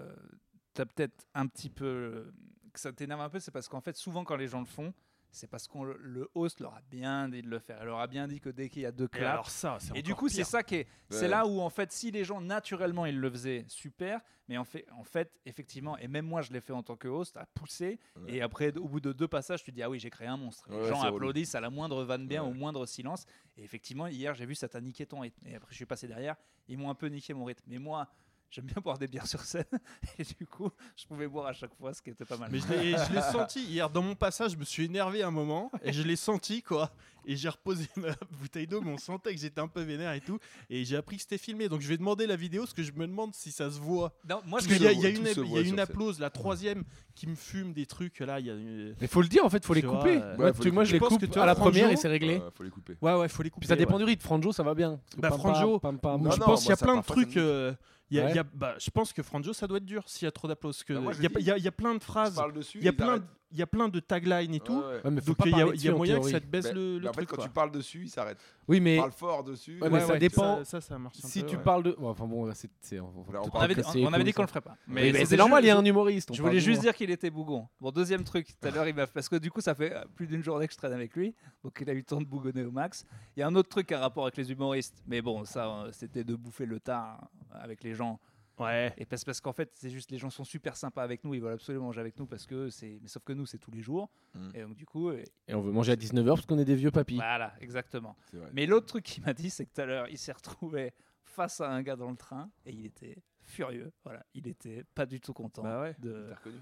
S1: tu as peut-être un petit peu. euh, que ça t'énerve un peu, c'est parce qu'en fait, souvent quand les gens le font, c'est parce que le host leur a bien dit de le faire. Elle leur a bien dit que dès qu'il y a deux
S4: Et
S1: claps.
S4: alors ça, c'est
S1: Et, du
S4: encore
S1: coup,
S4: pire.
S1: c'est ça qui est.
S3: Ouais.
S1: C'est là où, en fait, si les gens naturellement ils le faisaient, super. Mais en fait, en fait effectivement, et même moi je l'ai fait en tant que host, à pousser.
S3: Ouais.
S1: Et après, au bout de deux passages, tu dis Ah oui, j'ai créé un monstre.
S3: Ouais,
S1: les gens
S3: c'est relou.
S1: applaudissent à la moindre vanne bien,
S3: Ouais.
S1: au moindre silence. Et effectivement, hier, j'ai vu ça t'a niqué ton rythme. Et après, je suis passé derrière. Ils m'ont un peu niqué mon rythme. Mais moi, j'aime bien boire des bières sur scène. <laughs> Et du coup, je pouvais boire à chaque fois, ce qui était pas mal.
S4: Mais je l'ai- je l'ai senti hier dans mon passage, je me suis énervé un moment et je l'ai senti quoi. et j'ai reposé ma bouteille d'eau, mais on sentait que j'étais un peu vénère et tout. Et j'ai appris que c'était filmé. Donc je vais demander la vidéo, parce que je me demande si ça se voit.
S1: Non, moi,
S4: Parce
S1: je
S3: Tout
S4: qu'il
S1: vais
S4: y a,
S3: se
S4: il y a
S3: voit,
S4: une,
S3: tout se
S4: il y a
S3: voit
S4: une
S3: sur
S4: applause, la troisième, qui me fume des trucs. Là, il y a. euh,
S2: Mais faut le dire en fait, faut les
S4: Tu vois,
S2: couper.
S4: euh,
S2: Moi,
S3: Ouais, faut
S2: tu-
S3: les
S2: moi
S3: couper.
S2: je les
S4: Je pense
S2: coupe
S4: que toi,
S2: à la
S4: Franjo-
S2: première et c'est réglé.
S3: Euh, faut les couper.
S4: Ouais, Ah ouais, faut les couper.
S2: Puis ça dépend
S4: ouais.
S2: du rythme. Franjo, ça va bien. Parce que
S4: Bah,
S2: pam,
S4: Franjo,
S2: pam, pam,
S3: Non,
S4: je
S2: pam.
S3: non,
S4: pense qu'il y
S3: moi,
S4: a
S3: ça
S4: plein de
S3: part pas cinq
S4: trucs. euh, il y a-
S2: Ouais.
S4: il y a- bah, je pense que Franjo, ça doit être dur s'il y a trop d'applaudissements. parce que
S3: Bah, moi, je
S4: il y a
S3: dis-
S4: pas- il y, a- il y a plein de
S3: Je
S4: phrases,
S3: parle dessus,
S4: Ah, il y, a
S3: ils
S4: plein
S3: arrêtent.
S4: de- il y a plein de taglines et tout.
S3: Ouais, ouais.
S2: Ouais, mais faut
S4: Donc
S2: pas
S4: il y a,
S2: parler
S4: il y a
S2: dessus, en
S4: moyen que
S2: théorie.
S4: ça te baisse
S3: Mais-
S4: le, le
S3: mais en fait,
S4: truc.
S3: quand
S4: quoi.
S3: tu parles dessus, il s'arrête.
S2: Oui, mais
S3: Parle fort dessus.
S2: Ouais, mais ça dépend-
S4: Ça, ça, ça marche un
S2: si
S4: peu,
S2: tu
S4: ouais.
S2: parles de. bon, enfin bon, là, c'est. c'est- on-
S3: Là, on
S2: peut-être
S1: on avait,
S2: Ah, que c'est
S1: on- on avait
S2: écho,
S1: dit qu'on
S2: ça.
S1: le ferait pas.
S2: Oui, Mais,
S1: c'était
S2: c'est normal, il y a
S1: juste-
S2: un humoriste. on
S1: Je
S2: parle
S1: voulais
S2: du
S4: hein.
S1: juste
S2: humour.
S1: dire qu'il était bougon. Bon, deuxième truc, tout à l'heure, il m'a. Parce que du coup, ça fait euh, plus d'une journée que je traîne avec lui, donc il a eu le temps de bougonner au max. Il y a un autre truc à rapport avec les humoristes, mais bon, ça, euh, c'était de bouffer le tas hein, avec les gens.
S4: Ouais.
S1: Et parce, parce qu'en fait, c'est juste, les gens sont super sympas avec nous, ils veulent absolument manger avec nous, parce que c'est. Mais sauf que nous, c'est tous les jours.
S3: Mm.
S1: Et donc, du coup, euh,
S2: Et on veut manger à 19h parce qu'on est des vieux papis.
S1: voilà, exactement.
S3: C'est vrai.
S1: Mais l'autre truc qu'il m'a dit, c'est que tout à l'heure, il s'est retrouvé face à un gars dans le train et il était furieux. Voilà, il était pas du tout content.
S4: Bah ouais.
S1: de...
S3: T'as reconnu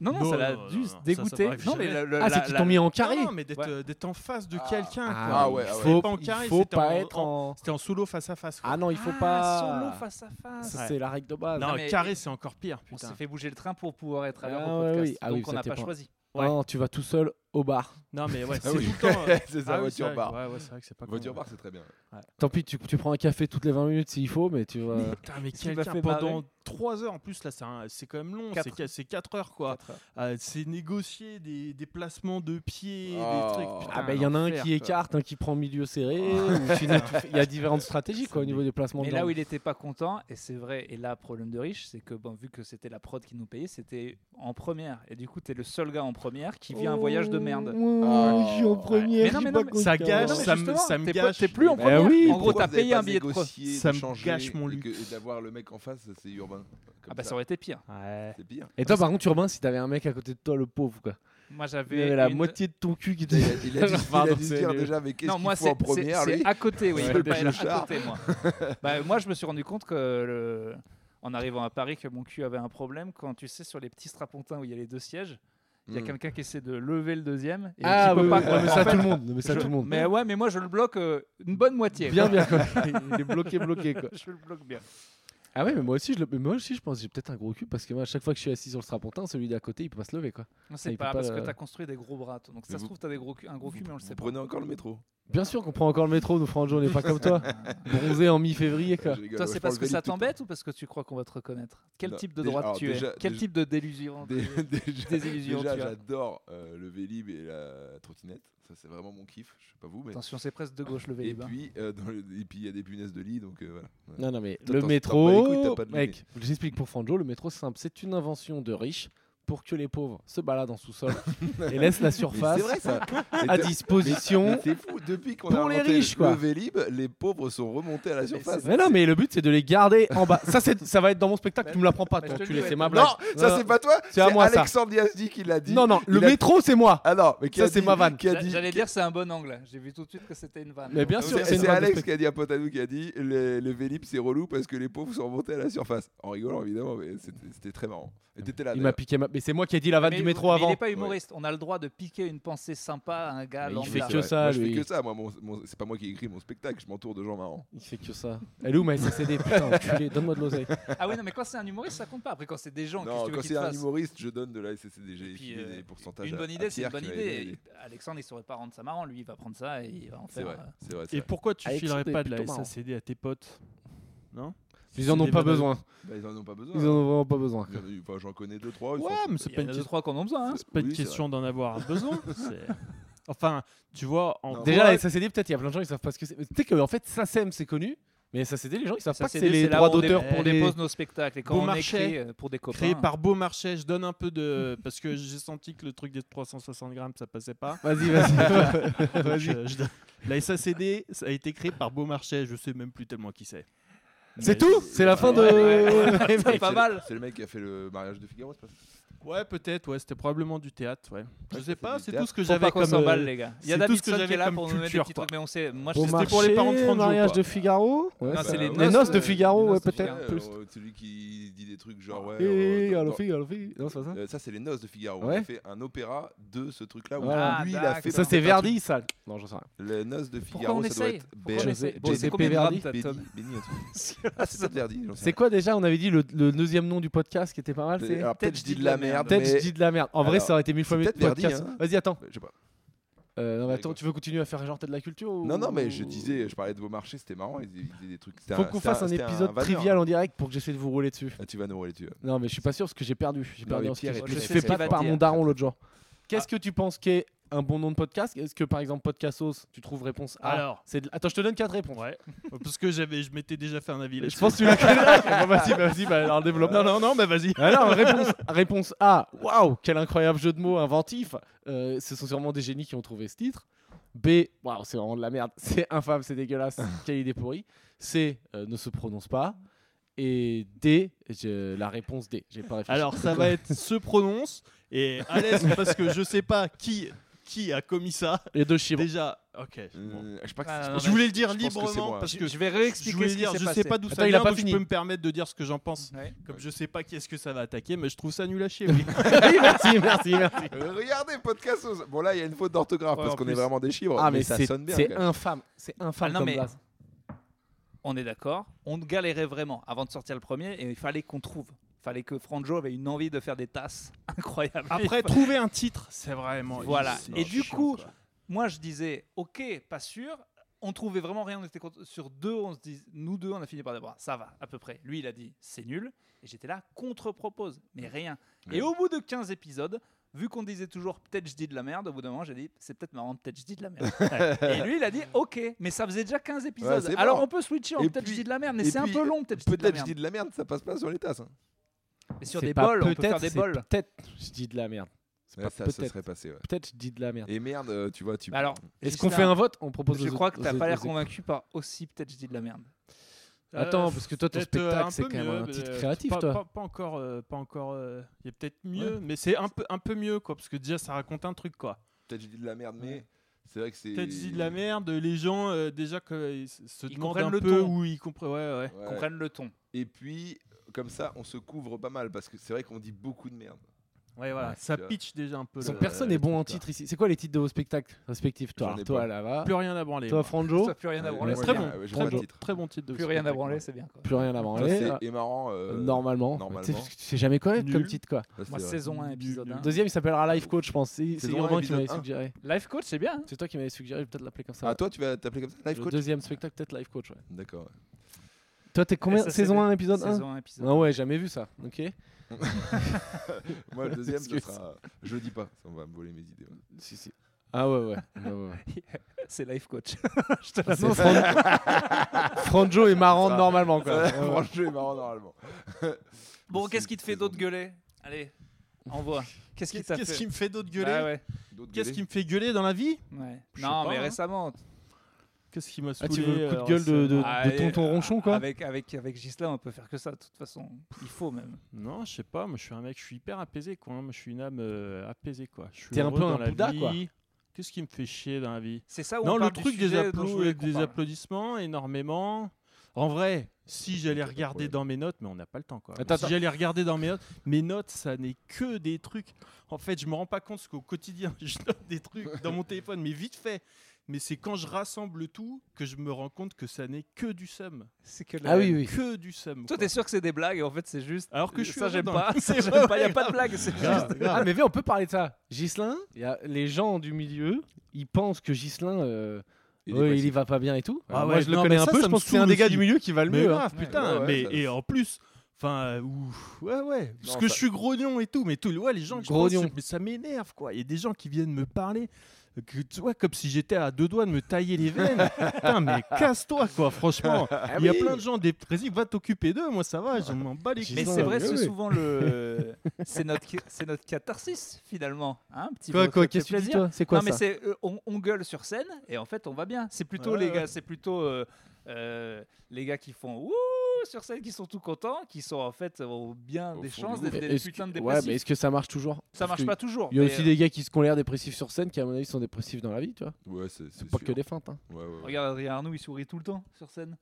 S1: Non, non,
S4: Non,
S1: ça l'a
S4: non, non,
S1: juste
S4: non, ça, ça
S1: dégoûté.
S4: m'arrive
S1: non, mais
S4: jamais.
S1: le- le-
S2: Ah,
S1: la-
S2: c'est qu'ils
S1: la-
S2: t'ont mis en carré.
S4: Non, non, mais d'être
S1: Ouais.
S4: euh, d'être en face de
S3: Ah.
S4: quelqu'un.
S2: Ah,
S4: quoi.
S3: ouais, ah
S2: il
S3: ouais.
S2: faut,
S4: Pas en
S2: il
S4: carré,
S2: faut
S4: c'était en-
S2: pas être en.
S4: C'était en solo face à face. quoi.
S2: Ah non, il faut
S1: Ah,
S2: pas.
S1: solo face à face.
S2: Ça,
S4: Ouais.
S2: C'est la règle de base.
S4: Ah, non,
S1: mais-
S4: carré, c'est encore pire.
S1: On s'est
S4: Putain.
S1: fait bouger le train pour pouvoir être à
S2: Ah,
S1: l'heure au
S2: ouais,
S1: podcast.
S2: oui. Ah oui,
S1: donc on
S2: ça
S1: n'a
S2: t'est
S1: pas
S2: pas-
S1: choisi.
S4: Ouais.
S2: Non, tu vas tout seul au bar.
S4: Non, mais ouais,
S3: Ah
S4: c'est
S3: oui.
S4: tout le
S3: <laughs>
S4: temps.
S2: <laughs>
S4: euh,
S3: C'est
S4: ah
S3: ça,
S4: oui,
S3: voiture
S4: c'est vrai,
S3: bar.
S4: Ouais, ouais, c'est vrai que c'est pas con,
S3: Voiture
S4: ouais.
S3: bar, c'est très bien.
S2: Tant pis, tu, tu prends un café toutes les 20 minutes s'il faut, mais tu vas.
S4: Putain, mais
S1: Ce qui m'a
S4: quelqu'un
S1: fait
S4: pendant
S1: marrer.
S4: 3 heures en plus, là, c'est un- c'est quand même long.
S1: Quatre.
S4: c'est qu- C'est 4 heures, quoi.
S1: Quatre heures.
S4: Euh, c'est négocier des, des placements de pieds,
S3: Oh.
S4: des trucs. Putain,
S2: Ah ben il y en a un
S4: l'enfer,
S2: qui
S4: quoi.
S2: écarte, un qui prend milieu serré. ou sinon, tu fais- <laughs> Il y a différentes stratégies quoi, au niveau des placements.
S1: Mais
S2: de
S1: là où
S2: langue.
S1: il n'était pas content, et c'est vrai, et là, problème de riche, c'est que bon, vu que c'était la prod qui nous payait, c'était en première. Et du coup, t'es le seul gars en première qui vit un voyage de merde.
S2: Oh,
S3: Ah.
S2: je suis en première.
S1: Mais non,
S2: j'ai
S1: mais
S2: pas
S1: non, mais-
S2: compris.
S4: Ça gage,
S1: Non, mais
S4: ça me-
S1: justement,
S4: ça me
S1: t'es pas-
S4: gâche.
S1: T'es plus en
S2: Bah
S1: première.
S2: oui,
S1: en gros,
S3: Pourquoi
S1: t'as
S3: vous avez
S1: payé
S3: pas
S1: un billet de pro.
S3: négocié,
S4: Ça
S3: de
S4: me
S3: changer
S4: gâche mon
S3: et
S4: luxe.
S3: que- et d'avoir le mec en face, ça, c'est urbain. Comme
S1: Ah bah ça
S3: ça,
S1: aurait été pire.
S4: Ouais.
S3: c'est pire.
S2: Et toi par contre Urbain, si t'avais un mec à côté de toi, le pauvre quoi.
S1: Moi,
S2: Il
S1: j'avais
S2: avait la
S1: une-
S2: moitié de ton cul qui te.
S3: Il
S1: <laughs>
S3: a, il a dû, il a
S2: Pardon,
S3: dû se
S2: c'est
S3: dire
S2: le-
S3: déjà, mais qu'est-ce
S1: non, moi
S3: qu'il faut
S1: c'est
S3: en première,
S1: c'est-
S3: lui
S1: c'est à côté, oui.
S3: Ouais.
S1: Bah, elle est
S3: Le
S1: à côté, moi.
S3: <laughs>
S1: Bah, moi, je me suis rendu compte que le- en arrivant à Paris, que mon cul avait un problème quand tu sais sur les petits strapontins où il y a les deux sièges, il y a
S3: Hmm.
S1: quelqu'un qui essaie de lever le deuxième. Et
S2: Ah
S1: tu peux
S2: oui,
S1: pas,
S2: oui,
S1: quoi.
S2: ouais, mais
S1: En
S2: ça
S1: fait,
S2: tout le monde, mais ça
S1: je-
S2: tout le monde.
S1: Mais ouais, mais moi je le bloque euh, une bonne moitié.
S2: Bien
S1: quoi.
S2: bien quoi.
S3: <laughs>
S2: Il est bloqué bloqué quoi.
S1: <laughs> Je le bloque bien.
S2: Ah ouais, mais moi aussi je le- mais moi aussi je pense que j'ai peut-être un gros cul parce que moi à chaque fois que je suis assis sur le strapontin, celui d'à côté, il peut pas se lever quoi.
S1: On sait
S2: il peut
S1: pas,
S2: pas
S1: parce que
S2: le-
S1: t'as construit des gros bras. toi. Donc ça
S3: Mais
S1: se
S3: vous-
S1: trouve, t'as des gros cu- un gros cul, mais on le
S3: Vous
S1: sait pas.
S3: prenez encore le métro
S2: Bien sûr qu'on prend encore le métro, nous Franjo, on n'est pas comme <laughs> toi. Bronzé en mi-février quoi.
S3: Je rigole,
S1: Toi,
S3: ouais,
S1: c'est
S3: je prends
S1: parce
S3: le
S1: que ça
S3: Vélib tout le
S1: t'embête ou parce que tu crois qu'on va te reconnaître Quel
S3: Non,
S1: type de
S3: déjà-
S1: droite
S3: alors,
S1: tu es
S3: déjà-
S1: Quel
S3: déjà-
S1: type hein, de délusion
S3: temps. Dé- <laughs>
S1: <laughs>
S3: déjà,
S1: Des illusions,
S3: déjà,
S1: tu vois.
S3: j'adore euh, le Vélib et la trottinette. Ça, c'est vraiment mon kiff. Je sais pas vous, mais.
S1: Attention, c'est presque de gauche le
S3: Et
S1: Vélib. hein.
S3: puis, euh, dans le- et puis, il y a des punaises de lit, donc euh, voilà. Ouais.
S2: Non, non, mais
S3: Toi,
S2: le
S3: t'en-
S2: métro,
S3: t'en bats les couilles, t'as pas de
S2: mec, j'explique pour Franjo, le métro c'est simple, c'est une invention de riches pour que les pauvres se baladent en sous-sol et laissent la
S3: <laughs> Mais
S2: surface
S3: C'est
S1: <laughs>
S3: vrai, ça. Et
S2: à
S3: de-
S2: disposition.
S3: mais C'est fou. Depuis qu'on a
S2: Pour les
S3: inventé
S2: riches,
S3: le
S2: quoi.
S3: Vélib, les pauvres sont remontés à la surface.
S2: Mais non, mais le but c'est de les garder en bas. Ça, c'est- ça va être dans mon spectacle, tu me l'apprends pas,
S1: Mais
S2: toi,
S1: je te
S2: tu
S1: le
S2: laisses
S1: dis,
S2: c'est ma
S1: ouais.
S2: blague.
S3: Non, ça c'est pas toi.
S2: C'est à moi, ça.
S3: Alexandre Diazdi qui l'a dit.
S2: Non, non, le
S3: Il a-
S2: métro c'est moi.
S3: Ah non, mais qui
S2: Ça,
S3: a
S2: c'est
S3: dit-
S2: ma vanne.
S3: qui a
S1: J'a-
S3: dit-
S1: J'allais dire c'est un bon angle. J'ai vu tout de suite que c'était une vanne.
S2: Mais bien sûr,
S3: C'est
S2: c'est une
S3: c'est
S2: vanne de
S3: Alex
S2: spectacle.
S3: qui a dit à Potanou qui a dit le, le Vélib c'est relou parce que les pauvres sont remontés à la surface. En rigolant évidemment, mais c'était c'était très marrant. Et t'étais là.
S2: Il m'a
S3: d'ailleurs.
S2: piqué ma. Ah, Mais c'est moi qui ai dit la vanne
S1: Mais-
S2: du métro
S1: mais
S2: avant.
S1: Il n'est pas humoriste. On a le droit de piquer une pensée sympa à un gars
S2: Mais il
S1: lambda.
S2: fait
S3: C'est
S2: que
S3: vrai.
S2: ça,
S3: Moi, je
S2: lui.
S3: fais que ça. Moi, mon- mon- c'est pas moi qui écris mon spectacle. Je m'entoure de gens marrants.
S2: Il fait que ça. Elle est où ma SCD <laughs> Putain, enculé, donne-moi de l'oseille.
S1: Ah oui, non, mais quand c'est un humoriste, ça compte pas. Après, quand c'est des gens, qu'est-ce que
S3: non,
S1: tu veux
S3: quand
S1: qu'ils
S3: c'est
S1: te
S3: un
S1: fassent
S3: humoriste, je donne de la SCDG.
S1: Et puis, euh,
S3: des pourcentages.
S1: Une
S3: à-
S1: bonne
S3: à
S1: idée, c'est une
S3: Pierre
S1: bonne
S3: qui m'a aidé.
S1: idée. Alexandre, il saurait pas rendre ça marrant. Lui, il va prendre ça et il va en
S3: C'est
S1: faire.
S3: vrai.
S1: euh,
S3: C'est vrai. c'est
S4: Et
S3: vrai.
S4: pourquoi tu
S2: Alexandre
S4: filerais
S2: est
S4: pas de la
S2: plutôt marrant.
S4: SACD à tes potes Non
S2: Ils en ont pas besoin.
S3: Bah, ils en ont pas besoin.
S2: Ils en ont vraiment pas besoin.
S3: Il y en a eu- enfin, J'en connais deux trois. ils
S4: Ouais,
S3: sont-
S4: mais c'est
S1: Il y
S4: pas
S1: en
S4: une,
S1: a deux, trois qu'on en a besoin. hein.
S4: c'est pas une
S3: Oui, c'est
S4: question d'en avoir besoin. c'est- Enfin, tu vois, en
S3: Non.
S2: Déjà,
S4: quoi-
S2: la SACD, peut-être, il y a plein de gens qui savent pas ce que c'est. Tu sais qu'en fait, SACEM, c'est connu, mais SACD, les gens, ils savent pas que
S1: c'est
S2: c'est
S1: des-
S2: les
S1: c'est là
S2: droits
S1: où on dé-
S2: d'auteur pour
S1: on
S2: les.
S1: dépose nos spectacles et quand
S4: Bon
S1: on
S4: marché,
S1: écrit euh, pour des copains.
S4: créé par Beaumarchais, je donne un peu de parce que j'ai senti que le truc des 360 grammes ça passait
S2: <laughs>
S4: pas.
S2: Vas-y, vas-y.
S4: Donc, euh, je donne- La SACD, ça a été créé par Beaumarchais, je sais même plus tellement qui c'est.
S2: c'est
S4: Mais-
S2: tout C'est la fin
S1: Ouais,
S2: de. <laughs>
S1: ouais, ouais. C'est pas mal.
S3: C'est le mec qui a fait le mariage de Figaro, c'est pas ça
S4: Ouais, peut-être, ouais, c'était probablement du théâtre, ouais. Je
S3: Ouais,
S4: sais
S3: c'est
S4: pas,
S3: du
S4: c'est
S3: théâtre.
S4: tout ce que
S1: Faut
S4: j'avais
S1: pas qu'on
S4: comme
S1: s'emballe,
S4: euh,
S1: les gars. Il y
S4: c'est
S1: a
S4: tout ce que
S1: Davidson
S4: j'avais
S1: qui est là
S4: comme
S1: pour nous donner des
S4: culture,
S1: petits
S4: quoi.
S1: trucs, mais on sait. Moi, je
S2: Bon
S4: C'était
S1: sais-
S4: marché, pour les parents de Franjo,
S2: mariage
S4: quoi.
S2: de Figaro. Ouais,
S1: Non,
S2: ça-
S1: c'est les
S2: les
S1: noces
S2: noces de
S1: de-
S2: Figaro,
S1: les
S2: ouais,
S1: noces de
S2: peut-être.
S1: Figaro.
S2: plus. Ah.
S3: Euh, celui qui dit des trucs genre ouais.
S2: Et
S3: euh,
S2: alors,
S3: dans-
S2: Figaro, Figaro. Non, c'est pas ça.
S3: Euh, ça, c'est les noces de Figaro.
S2: Ouais.
S3: On a fait un opéra de ce truc-là où
S2: Voilà.
S3: lui, il
S1: Ah,
S3: a fait.
S1: d'accord.
S2: Ça,
S3: tout un
S2: c'est
S3: truc.
S2: Verdi, ça. Non, j'en sais rien.
S3: Les noces de
S1: Pourquoi
S3: Figaro,
S1: on
S3: ça doit
S1: essaye
S3: être
S1: Pourquoi on
S3: Berger.
S1: essaye Bon,
S2: José
S1: c'est combien de
S2: P.
S1: grammes,
S3: Béni,
S1: ta tonne <laughs>
S3: Béni, un truc. Ah, c'est peut-être Verdi. j'en sais
S2: C'est quoi déjà On avait dit le, le deuxième nom du podcast qui était pas mal.
S3: rien.
S2: c'est-
S3: Alors, Peut-être je dis de la merde.
S2: Ah, Peut-être je
S3: mais-
S2: dis de la merde. En vrai,
S3: Alors,
S2: ça aurait été mille fois
S3: c'est
S2: mieux. que
S3: peut-être Verdi,
S2: podcast.
S3: hein.
S2: Vas-y, attends.
S3: Je sais pas.
S2: Euh, non, mais
S3: Ouais,
S2: attends,
S3: quoi.
S2: tu veux continuer à faire genre t'as de la culture ou-
S3: Non, non, mais je disais, je parlais de vos marchés, c'était marrant. Ils ils disaient des trucs. c'était
S2: Faut
S3: un-
S2: qu'on
S3: c'était
S2: fasse un
S3: c'était
S2: épisode
S3: vanneur.
S2: trivial en direct pour que j'essaie de vous rouler dessus.
S3: Ah, tu vas nous rouler dessus.
S2: Non, mais je suis pas sûr parce que j'ai perdu. J'ai
S3: Non,
S2: perdu
S3: mais
S2: en
S3: Pierre
S2: sketch.
S3: est
S2: Je me
S1: très fort.
S2: suis fait Ah. battre
S1: Il va
S2: par
S1: dire.
S2: mon daron l'autre jour. Qu'est-ce que tu penses qu'est un bon nom de podcast Est-ce que par exemple Podcastos, tu trouves réponse A
S4: Alors.
S2: C'est de- Attends, je te donne quatre réponses.
S4: Ouais, <laughs> parce que j'avais, je m'étais déjà fait un avis
S2: Je
S4: là-dessus.
S2: pense que tu la connais. Bon, vas-y, bah, vas-y, bah, alors développe.
S4: Non, non, non, mais vas-y.
S2: <laughs> Alors, réponse, réponse A, waouh, quel incroyable jeu de mots inventif. Euh, ce sont sûrement des génies qui ont trouvé ce titre. B, waouh, c'est vraiment de la merde, c'est infâme, c'est dégueulasse, quelle idée pourrie. C, euh, ne se prononce pas. Et D, je- la réponse D, j'ai pas réfléchi.
S4: Alors ça va être se prononce et à l'aise parce que je sais pas qui qui a commis ça.
S2: les deux chiffres.
S4: Déjà, ok. bon.
S3: Euh, Je sais pas que
S1: Ah,
S3: c'est-
S1: non, <laughs>
S4: Je voulais le dire
S3: je pense que c'est
S4: librement
S3: moi.
S4: parce que
S1: je vais
S4: je
S1: réexpliquer
S4: voulais
S1: ce qui
S4: dire,
S1: s'est
S4: je
S1: passé.
S4: sais pas d'où
S2: Attends,
S4: ça
S2: il a
S4: vient,
S2: pas
S4: donc je
S2: fini.
S4: peux me permettre de dire ce que j'en pense.
S1: Ouais.
S4: Comme je sais pas qui est-ce que ça va attaquer, mais je trouve ça nul
S2: <laughs>
S4: à chier. oui.
S2: <laughs> Oui, merci, merci, merci.
S3: <laughs> Euh, Regardez, podcast. aux- Bon, là, il y a une faute d'orthographe
S4: Ouais,
S3: parce
S4: en
S3: qu'on
S4: plus.
S3: est vraiment des chivres.
S2: Ah, mais,
S3: Oh, ça
S2: c'est-
S3: sonne bien.
S2: c'est
S3: quand même.
S2: infâme, c'est infâme
S1: Ah, non,
S2: comme
S1: mais-
S2: blaze.
S1: On est d'accord. On galérait vraiment avant de sortir le premier et il fallait qu'on trouve. Il fallait que Franjo avait une envie de faire des tasses <laughs> incroyables.
S4: Après, trouver un titre, c'est <laughs> vraiment.
S3: Oh,
S1: Voilà.
S4: c'est
S1: Et du
S4: chiant,
S1: coup,
S4: quoi.
S1: moi je disais ok, pas sûr. On trouvait vraiment rien. On était cont- sur deux. On se dit, nous deux, on a fini par dire bon, ça va à peu près. Lui, il a dit c'est nul. Et j'étais là contre-propose, mais rien. Et
S3: Ouais.
S1: au bout de 15 épisodes, vu qu'on disait toujours peut-être je dis de la merde, au bout d'un moment, j'ai dit c'est peut-être marrant, peut-être je dis de la
S3: <laughs>
S1: merde. et lui, il a dit ok, mais ça faisait déjà 15 épisodes.
S3: c'est
S1: Alors
S3: mort.
S1: on peut switcher. en
S3: Et
S1: Peut-être je
S3: puis-
S1: dis de la merde, mais
S3: et
S1: c'est un
S3: puis,
S1: peu long. Peut-être je dis de la
S3: Peut-être je
S1: Ah, merde.
S3: dis de la merde, ça passe pas sur les tasses. hein.
S1: Mais sur
S2: C'est
S1: des
S2: pas
S1: bols, on peut faire
S2: peut-être,
S1: des
S2: c'est
S1: bols.
S2: Peut-être, je dis de la merde. C'est
S3: Ouais,
S2: pas
S3: Ça ça
S2: peut-être.
S3: serait passé. ouais.
S2: Peut-être, je dis de la merde.
S3: Et merde, euh, tu vois, tu.
S1: Bah Alors,
S2: Est-ce qu'on
S1: Justin,
S2: fait un vote On propose
S1: Je
S2: aux-
S1: crois que
S2: aux-
S1: t'as pas l'air
S2: aux-
S1: convaincu par aussi peut-être je dis de la merde.
S4: Euh,
S2: Attends, parce que toi, ton
S4: peut-être, euh,
S2: spectacle,
S4: un
S2: c'est
S4: peu
S2: quand même
S4: mieux,
S2: un
S4: mais,
S2: titre
S4: euh,
S2: créatif,
S4: pas,
S2: toi.
S4: Pas, pas encore, euh, pas encore. euh, Il y a peut-être mieux, mais c'est un peu, un peu mieux, quoi, parce que déjà, ça raconte un truc, quoi.
S3: Peut-être je dis de la merde, mais c'est vrai que c'est.
S4: Peut-être dit de la merde, les gens euh, déjà que, ils se- se
S1: Ils
S4: demandent
S1: comprennent
S4: un
S1: le
S4: peu
S1: ton.
S4: où ils comprennent. Ouais, ouais.
S3: Ouais.
S1: Comprennent le ton.
S3: Et puis, comme ça, on se couvre pas mal parce que c'est vrai qu'on dit beaucoup de merde.
S4: Ouais, voilà.
S3: Ouais,
S4: ça
S3: tu vois.
S4: pitch déjà un peu.
S2: Donc
S4: le-
S2: personne
S4: le
S2: n'est bon en
S4: truc,
S2: titre ici. C'est quoi les titres de vos spectacles respectifs Toi,
S3: J'en ai
S2: toi
S3: pas.
S2: là-bas.
S4: quoi. Ah. Plus rien à branler.
S2: Toi,
S4: moi.
S2: Franjo.
S1: Ça, plus rien à
S3: Ouais,
S1: branler.
S3: ouais,
S4: très
S3: ouais,
S4: bon,
S3: ouais, j'ai
S4: très
S3: pas de
S4: bon,
S3: titre.
S4: très bon titre de
S1: Plus rien à
S4: spectacle,
S1: branler,
S4: ouais.
S1: c'est bien. quoi.
S2: Plus rien à
S3: Ça,
S2: branler.
S3: c'est
S2: Euh,
S3: et marrant. euh,
S2: Normalement.
S3: normalement.
S2: Tu sais, parce que tu sais jamais quoi comme
S4: Nul.
S2: titre quoi.
S3: ça, c'est
S1: Moi,
S3: vrai.
S1: saison 1, épisode 1.
S2: Deuxième, il s'appellera Life Coach, je pense. C'est c'est
S3: Saison un,
S2: Urbain qui
S3: épisode
S2: m'avait
S3: un.
S2: suggéré.
S1: Life coach, c'est bien. hein.
S2: C'est toi qui m'avais suggéré, je vais peut-être l'appeler comme ça.
S3: Ah, toi, tu vas t'appeler comme ça Life
S2: Le
S3: coach
S2: deuxième spectacle, peut-être Life Coach. Ouais.
S3: D'accord. ouais.
S2: Toi, t'es combien
S1: Et ça, c'est
S2: Saison
S1: bien.
S2: 1, épisode 1
S1: Saison 1, épisode
S2: Ah ouais, jamais vu ça. Ok.
S3: Moi, le deuxième, ce
S2: Excuse.
S3: sera. Je le dis pas, ça on va me voler mes idées. ouais.
S2: Si, si. Ah ouais, ouais. ouais, ouais.
S1: 1. C'est life
S4: <laughs>
S1: coach.
S4: Ah,
S2: C'est Fran- Franjo est marrant
S3: Ça- <laughs>
S2: normalement quoi.
S3: Ouais,
S2: Ouais, ouais.
S3: Franchement, il est marrant normalement.
S1: Bon,
S3: C'est
S1: qu'est-ce qui te fait
S3: saison
S1: d'autre
S3: deux.
S1: gueuler Allez, envoie. Qu'est-ce Hein, qui t'a fait
S4: Qu'est-ce qui me fait d'autre
S1: Bah
S4: gueuler
S1: ouais,
S3: D'autres
S4: Qu'est-ce qui
S3: gueulés
S4: me fait gueuler dans la vie
S1: ouais.
S4: Je sais
S1: Non,
S4: pas,
S1: mais
S4: hein.
S1: récemment,
S4: Qu'est-ce qui m'a
S2: Ah,
S4: saoulé
S2: tu veux le coup de
S4: euh,
S2: gueule de, de,
S1: Ah,
S2: de tonton ronchon quoi
S1: avec, avec, avec Gisela, on peut faire que ça, de toute façon. Il faut même.
S4: Non, je sais pas, moi je suis un mec, je suis hyper apaisé quoi, hein. moi je suis une âme euh, apaisée quoi. Je suis
S2: T'es un
S4: heureux
S2: peu
S4: dans
S2: un
S4: la
S2: Bouddha,
S4: vie.
S2: quoi.
S4: Qu'est-ce qui me fait chier dans la vie
S1: C'est ça où on
S4: Non, le
S1: parle du
S4: truc des,
S1: sujet dont
S4: applos-
S1: je voulais qu'on
S4: des
S1: parle.
S4: applaudissements, énormément. En vrai, si j'allais
S3: pas de
S4: regarder
S3: problème.
S4: dans mes notes, mais on n'a pas le temps quoi.
S2: Attends,
S4: si j'allais regarder dans mes notes, mes notes, ça n'est que des trucs. En fait, je me rends pas compte parce qu'au quotidien, <laughs> je note des trucs dans mon téléphone, mais vite fait. Mais c'est quand je rassemble tout que je me rends compte que ça n'est que du somme.
S1: C'est que la-
S2: Ah oui, oui.
S4: Que du somme.
S1: Toi,
S4: quoi.
S1: t'es sûr que c'est des blagues, et en fait, c'est juste.
S4: Alors que je suis
S1: <laughs> ça,
S4: heureux
S1: j'aime
S4: dans-
S1: pas.
S4: C'est
S1: J'aime
S4: vrai,
S1: pas, il a pas
S4: grave.
S1: de blague. C'est juste.
S4: Grave, grave.
S2: Ah mais viens, on peut parler de ça. Gislin, il y a les gens du milieu, ils pensent que Gislin, euh,
S3: Il est
S2: ouais, il
S3: passif.
S2: y va pas bien et tout. Alors
S4: Ah
S2: moi
S4: ouais,
S2: je le
S4: non,
S2: connais
S4: mais
S2: un
S4: ça,
S2: peu,
S4: ça
S2: je
S4: me
S2: pense que c'est un
S4: saoule
S2: des gars
S4: aussi.
S2: du milieu qui va le
S4: Mais
S2: mieux. hein.
S4: grave, Ah, putain.
S3: Ouais, ouais,
S4: mais,
S3: ça-
S4: et en plus, enfin, euh, ouf, ouais, ouais. Parce
S3: Non,
S4: que
S3: ça-
S4: je suis grognon et tout, mais tout, ouais, les gens, je pense,
S2: Grognon.
S4: mais ça m'énerve, quoi. Il y a des gens qui viennent me parler, euh, que, tu vois, comme si j'étais à deux doigts de me tailler les veines. putain, mais casse-toi, quoi, franchement. Il y a plein de gens des présidents, va t'occuper d'eux, moi ça va, je m'en bats les
S1: Mais
S2: Ils
S4: couilles.
S2: sont
S1: c'est
S2: là,
S1: vrai,
S2: oui,
S1: c'est
S2: oui.
S1: souvent
S2: <laughs>
S1: le, c'est notre, c'est notre catharsis finalement, hein, un petit
S2: Quoi,
S1: peu. ça
S2: quoi,
S1: fait
S2: qu'est-ce que tu dis
S1: plaisir.
S2: toi C'est quoi
S1: Non mais
S2: ça
S1: c'est, euh, on, on gueule sur scène et en fait on va bien. C'est plutôt
S4: Ouais,
S1: les
S4: ouais.
S1: gars, c'est plutôt euh, euh, les gars qui font ouh sur celles qui sont tout contents, qui sont en fait ont bien
S3: Au
S1: des
S3: fond
S1: chances
S3: du
S1: d'être
S2: Mais
S1: des
S2: est-ce
S1: putains de
S2: que- ouais,
S1: dépressifs.
S2: mais est-ce que ça marche toujours
S1: ça
S2: Parce
S1: marche
S2: que
S1: pas toujours.
S2: Il y a
S1: mais, euh,
S2: aussi des gars qui se ont l'air dépressifs sur scène qui, à mon avis, sont dépressifs dans la vie, tu vois.
S3: Ouais, c'est
S2: C'est pas que des feintes. hein.
S3: Ouais, ouais, ouais.
S1: euh, Regarde Adrien Arnaud, il sourit tout le temps sur scène.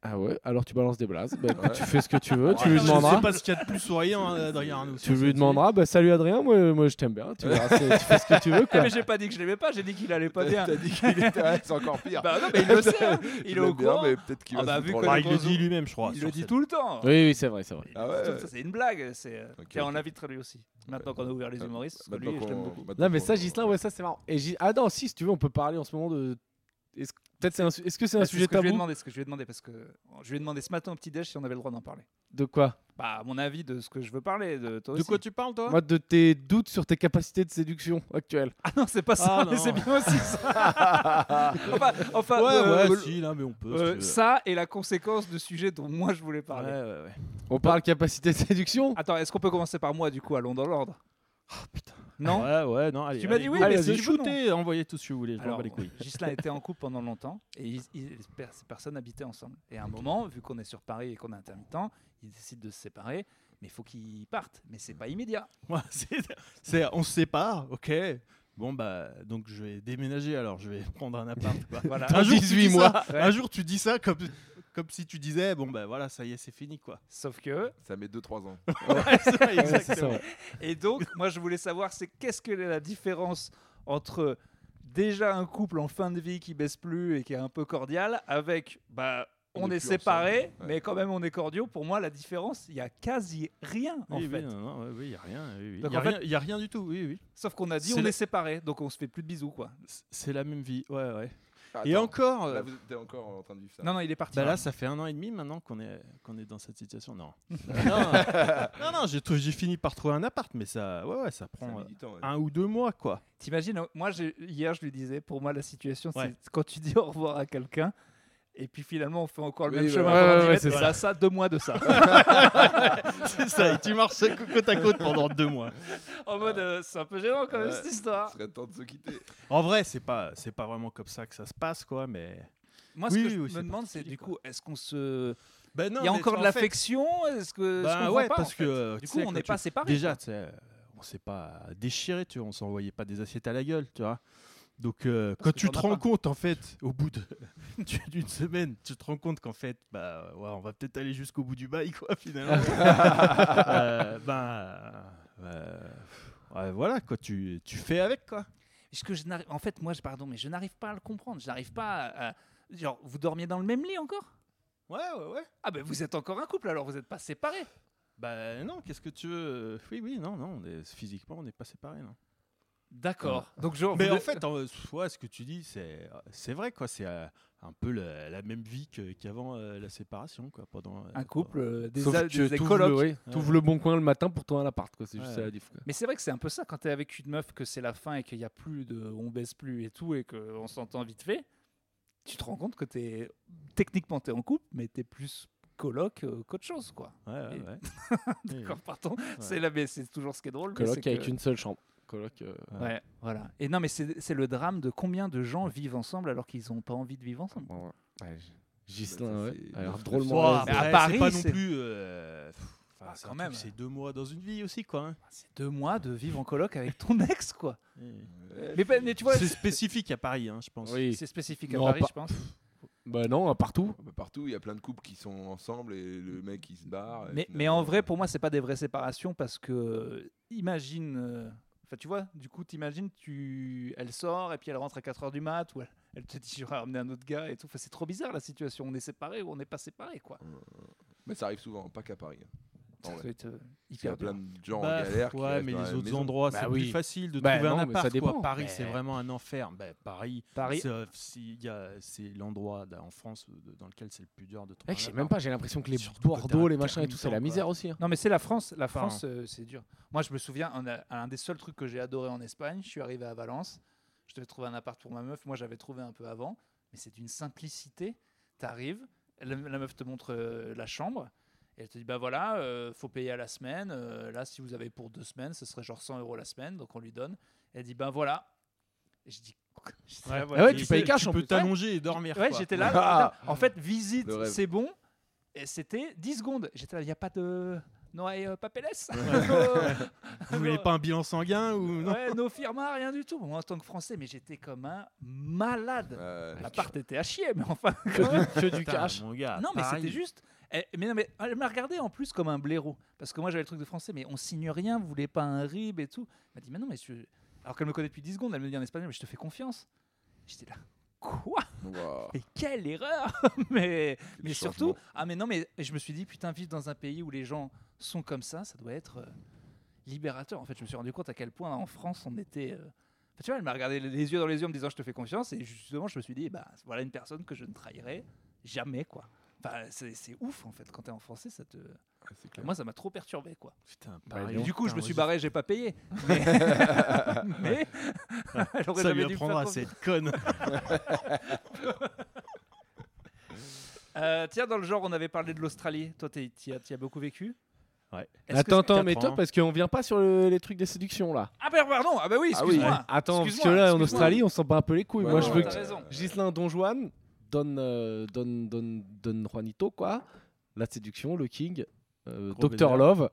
S2: Ah ouais Alors tu balances des blazes. Bah, écoute,
S3: Ouais.
S2: Tu fais ce que tu veux. Tu
S3: Ouais,
S2: lui
S3: je sais
S2: demanderas.
S4: C'est pas ce qu'il y a de plus souriant, hein, Adrien Arnaud.
S2: Tu lui demanderas, bah, salut Adrien, moi, moi je t'aime bien, tu, verras, c'est- tu fais ce que tu veux
S1: Eh,
S2: <laughs> quoi.
S1: mais j'ai pas dit que je l'aimais pas, j'ai dit qu'il allait
S2: <laughs>
S1: pas bien.
S3: <laughs> T'as dit qu'il était ouais, c'est encore
S1: <laughs>
S3: pire.
S1: Bah non, mais il le sait, hein, il est
S3: Je l'aime
S1: au
S3: bien,
S1: courant.
S3: mais peut-être qu'il
S1: Ah
S3: va
S1: bah,
S3: se
S1: vu
S3: foutre en
S1: que
S4: Bah,
S3: l'air.
S4: il le dit lui-même, je crois.
S1: Il
S4: sur
S1: le dit
S4: scène.
S1: tout le temps.
S2: Oui, oui, c'est vrai, c'est vrai.
S1: Il-
S3: Ah ouais,
S1: ça,
S3: ouais.
S1: ça, c'est une blague. C'est euh,
S3: Ok,
S1: tiens,
S3: ok. Euh, bah,
S1: on invitera lui aussi. Maintenant qu'on a ouvert les humoristes, parce que
S3: Maintenant
S1: lui, je
S3: qu'on-
S1: l'aime beaucoup.
S3: maintenant
S2: Non, mais ça,
S3: qu'on-
S2: Gislain, ouais, ça c'est marrant. Et Gis- Ah non, si, si tu veux, on peut parler en ce moment de. Est-ce peut-être c'est un su- Est-ce que c'est un
S1: Bah, C'est
S2: sujet
S1: ce que je lui ai
S2: tabou
S1: demandé, ce que je lui ai demandé, parce que je lui ai demandé ce matin au petit déj si on avait le droit d'en parler.
S2: De quoi
S1: Bah, à mon avis, de ce que je veux parler, de toi
S4: De
S1: aussi.
S4: quoi tu parles, toi
S2: Moi, de tes doutes sur tes capacités de séduction actuelles.
S1: Ah non, c'est pas ça,
S4: Ah
S1: mais
S4: non.
S1: c'est bien aussi
S4: <laughs>
S1: ça. enfin, enfin
S4: Ouais,
S1: euh,
S4: ouais,
S1: euh,
S4: si, là, mais on peut. si
S1: euh,
S4: tu veux.
S1: ça est la conséquence du sujet dont moi je voulais
S4: Ouais,
S1: parler.
S4: ouais, ouais.
S2: On parle capacité de séduction
S1: Attends, est-ce qu'on peut commencer par moi du coup, allons dans l'ordre
S4: Ah, putain.
S1: Non
S4: Ouais, ouais, non, allez.
S1: Tu m'as
S4: allez,
S1: dit oui,
S4: go,
S1: mais
S4: allez,
S1: c'est
S4: vas-y,
S1: du bon,
S4: shootez, envoyez tout ce que vous voulez, je m'en
S1: Alors,
S4: bats les couilles.
S1: Ghislain était en couple pendant longtemps et ils- ils- les per- ces personnes habitaient ensemble. Et à un moment, vu qu'on est sur Paris et qu'on est intermittent, ils décident de se séparer, mais il faut qu'ils partent. Mais c'est pas immédiat.
S4: Ouais, <laughs> c'est- c'est- on se sépare, ok. Bon, bah, donc je vais déménager alors, je vais <laughs> prendre un appart. quoi.
S1: Voilà.
S4: Bah, un, jour, tu
S2: 18
S4: dis
S2: mois.
S4: ça,
S1: Ouais.
S4: un jour, tu dis ça comme, comme si tu disais, bon, bah voilà, ça y est, c'est fini, quoi.
S1: Sauf
S4: <laughs>
S1: que.
S3: Ça met 2-3 ans.
S4: C'est ça,
S2: Ouais, c'est ça,
S4: exactement.
S2: ouais.
S1: Et donc, moi, je voulais savoir, c'est qu'est-ce que la différence entre déjà un couple en fin de vie qui baisse plus et qui est un peu cordial, avec bah
S3: On
S1: on,
S3: est
S1: est,
S3: plus
S1: séparés,
S3: ensemble, ouais.
S1: mais quand même on est cordiaux. Pour moi, la différence, il y a quasi rien en
S4: Oui, oui,
S1: fait.
S4: non, non, ouais, oui, il n'y a rien. oui, oui.
S1: Donc,
S4: Y a
S1: en fait-
S4: rien- y a rien du tout, oui, oui.
S1: Sauf qu'on a dit
S4: C'est
S1: on
S4: le-
S1: est séparés, donc on se fait plus de bisous quoi.
S4: C- C'est la même vie, ouais, ouais. Et
S3: Attends,
S4: encore, euh,
S3: Là, vous êtes encore en train de vivre ça.
S1: Non non, il est parti.
S4: bah là, ça fait un an et demi maintenant qu'on est, qu'on est dans cette situation. <laughs> Non, Euh, non, non, non, j'ai trou- j'ai fini par trouver un appart, mais ça, ouais, ouais, ça
S3: Ça
S4: prend
S3: met
S4: euh,
S3: du temps, ouais.
S4: un ou deux mois, quoi.
S1: T'imagines, moi j'ai- hier je lui disais, pour moi la situation
S4: Ouais.
S1: c'est quand tu dis au revoir à quelqu'un et puis finalement on fait encore le
S3: Oui,
S1: même
S3: voilà.
S1: chemin.
S2: Ouais,
S1: pendant
S2: ouais,
S1: dix
S2: ouais,
S1: mètres,
S2: c'est
S1: voilà ça, deux mois de ça. <laughs>
S4: C'est ça, et tu marches côte à côte pendant deux mois.
S1: en mode euh, c'est un peu gênant quand même
S3: Ouais.
S1: cette histoire.
S3: Il serait temps de se quitter.
S4: En vrai, c'est pas, c'est pas vraiment comme ça que ça se passe, quoi, mais.
S1: Moi,
S4: Oui,
S1: ce que je
S4: oui,
S1: me
S4: c'est
S1: demande, c'est
S4: particulier,
S1: du
S4: quoi.
S1: coup, est-ce qu'on se.
S4: Ben non,
S1: Il y a
S4: mais
S1: encore de
S4: en fait,
S1: l'affection Est-ce Bah que.
S4: ben
S1: est-ce qu'on
S4: ouais,
S1: voit pas,
S4: parce
S1: en fait
S4: que. euh,
S1: Du
S4: tu
S1: coup,
S4: sais,
S1: on
S4: quand
S1: n'est
S4: tu-
S1: pas séparés.
S4: Déjà,
S1: quoi.
S4: tu sais, euh, on s'est pas déchiré, tu vois, on s'envoyait pas des assiettes à la gueule, tu vois. Donc, euh, quand
S1: que
S4: tu
S1: t'en
S4: te
S1: as
S4: rends
S1: pas.
S4: compte, en fait, au bout de- <laughs> tu- d'une semaine, tu te rends compte qu'en fait, bah, ouais, on va peut-être aller jusqu'au bout du bail, quoi, finalement.
S1: <laughs>
S4: Euh, ben. euh, ouais, voilà, quoi, tu, tu fais avec, quoi.
S1: Parce que je n'arrive- en fait, moi, je, pardon, mais je n'arrive pas à le comprendre. Je n'arrive pas à. à- Genre, vous dormiez dans le même lit encore
S4: Ouais, ouais, ouais.
S1: Ah, ben vous êtes encore un couple alors, vous n'êtes pas séparés.
S4: Bah non, qu'est-ce que tu veux euh, Oui, oui, non, non, on est, physiquement, on n'est pas séparés, non.
S1: D'accord. Donc, genre.
S4: Mais
S1: vous
S4: en
S1: êtes-
S4: fait, en, euh, ouais, ce que tu dis, c'est c'est vrai, quoi. C'est euh, un peu la, la même vie que- qu'avant euh, la séparation, quoi. Pendant euh,
S1: Un couple, euh, des,
S2: Sauf
S1: a-
S2: que tu
S1: des
S2: ouvres
S1: colocs.
S2: le, ouais, t'ouvres le bon coin le matin pour toi à l'appart, quoi. C'est juste
S4: Ouais.
S2: ça la diff. quoi.
S1: Mais c'est vrai que c'est un peu ça quand t'es avec une meuf, que c'est la fin et qu'il n'y a plus de. On baisse plus et tout, et qu'on s'entend vite fait. Tu te rends compte que t'es. Techniquement, t'es en couple, mais t'es plus coloc euh, qu'autre chose, quoi.
S4: pendant- Ouais,
S1: Et-
S4: ouais,
S1: <laughs>
S4: ouais. Oui,
S1: D'accord, pardon. <laughs> C'est là, mais c'est toujours ce qui est drôle. mais c'est
S2: Coloc
S1: que-
S2: avec une seule chambre. Coloc. euh,
S4: une-
S1: Ouais, voilà. Et non, mais c'est c'est le drame de combien de gens vivent ensemble alors qu'ils n'ont pas envie de vivre ensemble.
S2: Ouais, ouais.
S3: Bah,
S2: Gislain,
S3: ça,
S2: ouais.
S3: c'est-
S2: a l'air
S3: ça,
S4: oui.
S3: c'est-
S2: drôlement.
S4: Ouah,
S2: à l'aise.
S1: mais à
S4: après,
S1: Paris,
S4: c'est pas non
S1: c'est-
S4: plus. euh, pff, enfin,
S1: Ah,
S4: c'est
S1: quand
S4: un
S1: même.
S4: truc, C'est deux mois dans une vie aussi, quoi. hein.
S1: C'est deux mois de vivre en coloc avec ton <laughs> ex, quoi.
S4: Oui.
S3: Ouais.
S1: Mais, pas- mais tu vois,
S4: c'est
S1: c'est
S4: spécifique à Paris, hein, je pense.
S2: Oui.
S1: c'est spécifique à
S2: Non,
S1: Paris,
S2: pas-
S1: je pense.
S2: Bah non, partout.
S3: Bah, Partout, il y a plein de couples qui sont ensemble et le mec il se barre. et
S1: Mais, mais
S3: finalement,
S1: en vrai, pour moi, c'est pas des vraies séparations parce que euh, imagine. euh, Enfin, tu vois, du coup, t'imagines, tu... elle sort et puis elle rentre à 4h du mat ou elle, elle te dit j'aurais ramené un autre gars et tout. Enfin, c'est trop bizarre la situation. On est séparés ou on n'est pas séparés, quoi.
S3: Mais bah, ça arrive souvent, pas qu'à Paris. hein. En
S1: Ça <laughs>
S3: vrai.
S1: doit être euh,
S3: Il y a
S1: hyper
S3: plein
S1: dur.
S3: de gens
S4: Bah,
S3: en galère. qui
S4: ouais,
S3: restent
S4: mais
S3: dans la
S4: les
S3: même
S4: autres
S3: maison.
S4: endroits,
S2: Bah
S4: c'est
S2: oui.
S4: plus facile de
S2: Bah
S4: trouver
S2: non,
S4: un
S2: mais ça
S4: appart. quoi.
S2: dépend.
S4: Paris,
S2: Mais-
S4: c'est vraiment un enfer. Bah, Paris,
S1: Paris,
S4: c'est, euh, si- il y a- c'est l'endroit là, en France euh, de- dans lequel c'est le plus dur de trouver.
S2: Mec,
S4: un
S2: je sais même
S4: appart.
S2: pas, j'ai l'impression que les
S4: Ah, Surtout quand t'es
S2: Bordeaux, les
S4: un
S2: machins et tout, c'est la
S4: intermittent,
S2: misère aussi. hein.
S1: Non, mais c'est la France. La
S4: Enfin.
S1: France, euh, c'est dur. Moi, je me souviens, un, un des seuls trucs que j'ai adoré en Espagne, je suis arrivé à Valence. Je devais trouver un appart pour ma meuf. Moi, j'avais trouvé un peu avant. Mais c'est d'une simplicité. T'arrives, la, la meuf te montre euh, la chambre. Et elle te dit, bah voilà, euh, faut payer à la semaine. Euh, là, si vous avez pour deux semaines, ce serait genre 100 euros la semaine. Donc, on lui donne. Elle dit, ben voilà. Et je dis,
S4: Ouais,
S1: Ah
S4: ouais,
S2: tu
S4: tu
S2: payes
S4: sais,
S2: cash
S4: tu
S2: en
S4: peux
S1: <laughs>
S2: plus.
S4: t'allonger et dormir.
S1: ouais,
S4: quoi.
S1: j'étais là.
S3: Ah.
S1: en fait, visite,
S3: Le rêve.
S1: c'est bon. Et c'était 10 secondes. J'étais là, il n'y a pas de Noé euh, Oh. Papeles <laughs>
S4: Vous voulez pas un bilan sanguin ou non
S1: Ouais, nos firmas, rien du tout. Moi, en tant que Français, mais j'étais comme un malade.
S3: Euh,
S1: La
S3: <laughs>
S1: part était à chier, mais enfin.
S2: Que du, que du
S4: Putain,
S2: cash.
S4: mon gars,
S1: non, mais
S4: pareil.
S1: c'était juste. Eh, mais non, mais elle m'a regardé en plus comme un blaireau. Parce que moi, j'avais le truc de français, mais on signe rien, vous voulez pas un RIB et tout. Elle m'a dit, mais non, mais tu- Alors qu'elle me connaît depuis 10 secondes, elle me dit en espagnol, mais je te fais confiance. J'étais là, quoi <laughs>
S3: wow.
S1: Mais quelle erreur <laughs> Mais, mais
S3: Quel
S1: surtout,
S3: changement.
S1: ah, mais non, mais je me suis dit, putain, vivre dans un pays où les gens sont comme ça, ça doit être euh, libérateur. En fait, je me suis rendu compte à quel point en France, on était. euh, enfin, Tu vois, elle m'a regardé les yeux dans les yeux en me disant, je te fais confiance. Et justement, je me suis dit, bah, voilà une personne que je ne trahirai jamais, quoi. Enfin, c'est c'est ouf en fait quand t'es en français, ça te.
S3: Ah, c'est clair.
S1: Moi, ça m'a trop perturbé quoi.
S4: Putain,
S2: Bah,
S4: pareil.
S2: dis donc.
S1: du coup, je
S4: Putain,
S1: me suis
S4: vas-y.
S1: barré, j'ai pas
S4: <laughs>
S1: payé. Mais, mais... <laughs> j'aurais
S4: Ça
S1: jamais dû
S4: lui
S1: me faire
S4: apprendra
S1: confiance. <laughs>
S4: cette conne.
S1: Euh, tiens, dans le genre, on avait parlé de l'Australie. Toi, t'es- t'y as, t'y as beaucoup vécu
S4: Ouais.
S1: Est-ce que
S2: Attends,
S1: c'est-
S2: attends, mais
S4: quatre
S2: toi,
S4: ans.
S2: parce qu'on vient pas sur le- les trucs des séductions là.
S1: Ah, bah, pardon, ah, bah oui,
S3: Ah oui.
S1: excuse-moi.
S2: Attends, parce que
S1: Excuse-moi,
S2: là, en
S1: excuse-moi.
S2: Australie, on s'en bat un peu les couilles.
S3: Ouais,
S2: Moi,
S3: non,
S2: je veux
S1: t'as
S2: que
S1: raison.
S2: Gislin Don Juan donne, euh, donne, donne, donne Juanito, quoi. La séduction, le King, euh,
S4: Gros
S2: Dr.
S4: baiser.
S2: Love.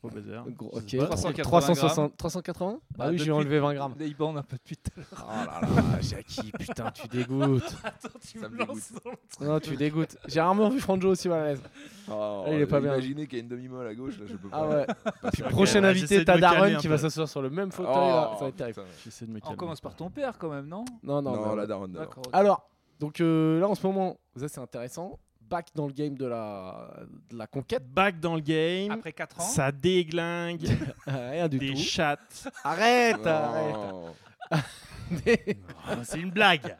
S4: Gros baiser.
S2: Gros-
S4: Je
S2: ok.
S4: sais pas.
S1: 380
S2: 360 380 Ah
S1: Bah,
S2: oui, j'ai
S1: depuis-
S2: enlevé
S1: <laughs>
S2: 20 grammes.
S1: Il bande un peu depuis tout à
S2: Oh là là, Jackie, putain, tu dégoûtes.
S1: l'heure. Attends, tu
S3: Ça
S1: me
S3: me
S1: lances. dans le-
S2: <laughs> Non, tu dégoûtes. J'ai rarement vu Franjo aussi mal à l'aise.
S3: Oh,
S2: il est pas bien.
S3: Imaginez qu'il y a une demi-molle à gauche, là, je peux
S2: <laughs>
S3: pas.
S2: Ah ouais.
S3: Pas
S4: Puis
S3: ça.
S2: Prochaine
S4: Ouais, j'essaie
S2: invité,
S4: de
S2: t'as
S4: me calmer
S2: Darren
S4: un
S2: qui
S4: peu.
S2: va s'asseoir sur le même fauteuil.
S3: Oh,
S2: là. Ça va être terrible.
S3: putain.
S4: J'essaie de me calmer.
S1: On commence par ton père quand même, non
S2: Non, non,
S3: Non,
S2: mais-
S3: la daronne. d'abord.
S1: D'accord. ok.
S2: Alors, donc euh, là en ce moment, ça c'est intéressant. Back dans le game de la, de la conquête.
S4: Back dans le game.
S1: Après 4 ans,
S4: Ça déglingue
S2: <laughs> Rien du
S4: des
S2: tout.
S4: chattes.
S2: Arrête, arrête.
S3: Non.
S4: <laughs> Oh, c'est une <laughs> blague.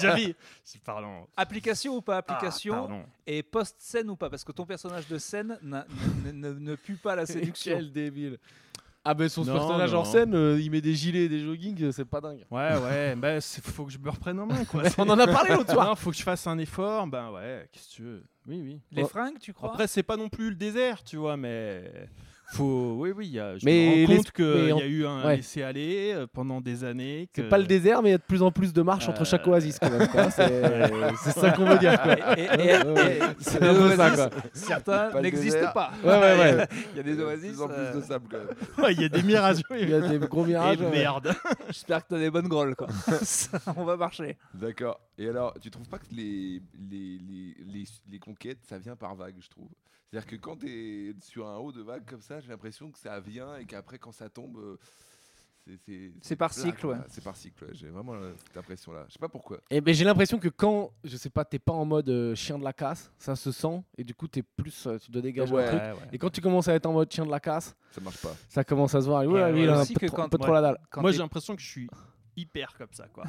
S4: J'avais. C'est parlant.
S1: application ou pas
S4: Ah,
S1: application
S4: pardon.
S1: Et post-scène ou pas Parce que ton personnage de scène n'a- ne, ne- ne pue pas la séduction.
S2: Quel débile. Ah ben son
S4: Non,
S2: personnage
S4: non,
S2: en
S4: non.
S2: scène, euh, il met des gilets, et des joggings, euh, c'est pas dingue.
S4: Ouais, ouais, <laughs> bah, c'est- faut que je me reprenne en main, quoi.
S2: <laughs> On en a parlé l'autre soir.
S4: Non, faut que je fasse un effort. Ben ouais, qu'est-ce que tu veux Oui, oui.
S1: Les fringues, tu crois
S4: Après, c'est pas non plus le désert, tu vois, mais faut. Oui, oui, il y a- je
S2: Mais
S4: me rends
S2: les-
S4: compte qu'il
S2: mais
S4: y
S2: on-
S4: a eu un
S2: ouais.
S4: laisser-aller euh, pendant des années.
S2: C'est
S4: que-
S2: pas
S4: <laughs>
S2: le désert, mais il y a de plus en plus de marches entre
S4: Euh,
S2: chaque oasis quand même.
S4: <laughs>
S2: quoi. C'est c'est ça qu'on veut dire. Quoi.
S1: Ah, Et- et- et-
S2: <laughs> Ouais,
S1: et-
S2: ouais, C'est
S1: les
S2: un peu ça
S1: oasis,
S2: quoi.
S1: Certains
S3: Pas le
S1: n'existent
S3: désert.
S1: pas.
S2: Ouais, ouais, ouais.
S1: <laughs> Il y a des
S3: De
S1: oasis.
S3: plus en plus de
S1: euh,
S3: sable, quand même.
S4: Ouais, il y a des mirages. oui,
S2: Il y a des gros
S4: Et
S2: mirages. ouais.
S4: merde.
S1: J'espère que t'as des bonnes grolles, quoi. Ça, On va marcher.
S3: D'accord. Et alors, tu trouves pas que les, les, les, les, les conquêtes, ça vient par vague, je trouve C'est-à-dire que quand t'es sur un haut de vague comme ça, j'ai l'impression que ça vient et qu'après, quand ça tombe. euh, c'est- C'est
S1: C'est par
S3: plat,
S1: cycle,
S3: quoi.
S1: ouais.
S3: C'est par cycle, ouais. J'ai vraiment euh, cette impression-là. Je sais pas pourquoi.
S2: Et ben j'ai l'impression que quand, je sais pas, t'es pas en mode euh, chien de la casse, ça se sent et du coup t'es plus, euh, tu dois dégager
S3: Ouais.
S2: un truc.
S4: <laughs>
S2: Et quand tu commences à être en mode chien de la casse,
S3: Ça marche pas.
S2: ça commence à se voir. Et oula,
S1: Et
S2: lui, il a Ah un
S1: Euh, aussi
S2: peu,
S1: que
S2: trop,
S1: quand-
S2: un peu trop la dalle.
S1: Quand
S4: Moi,
S1: t'es-
S4: j'ai l'impression que je suis hyper comme ça,
S1: <laughs>
S4: quoi.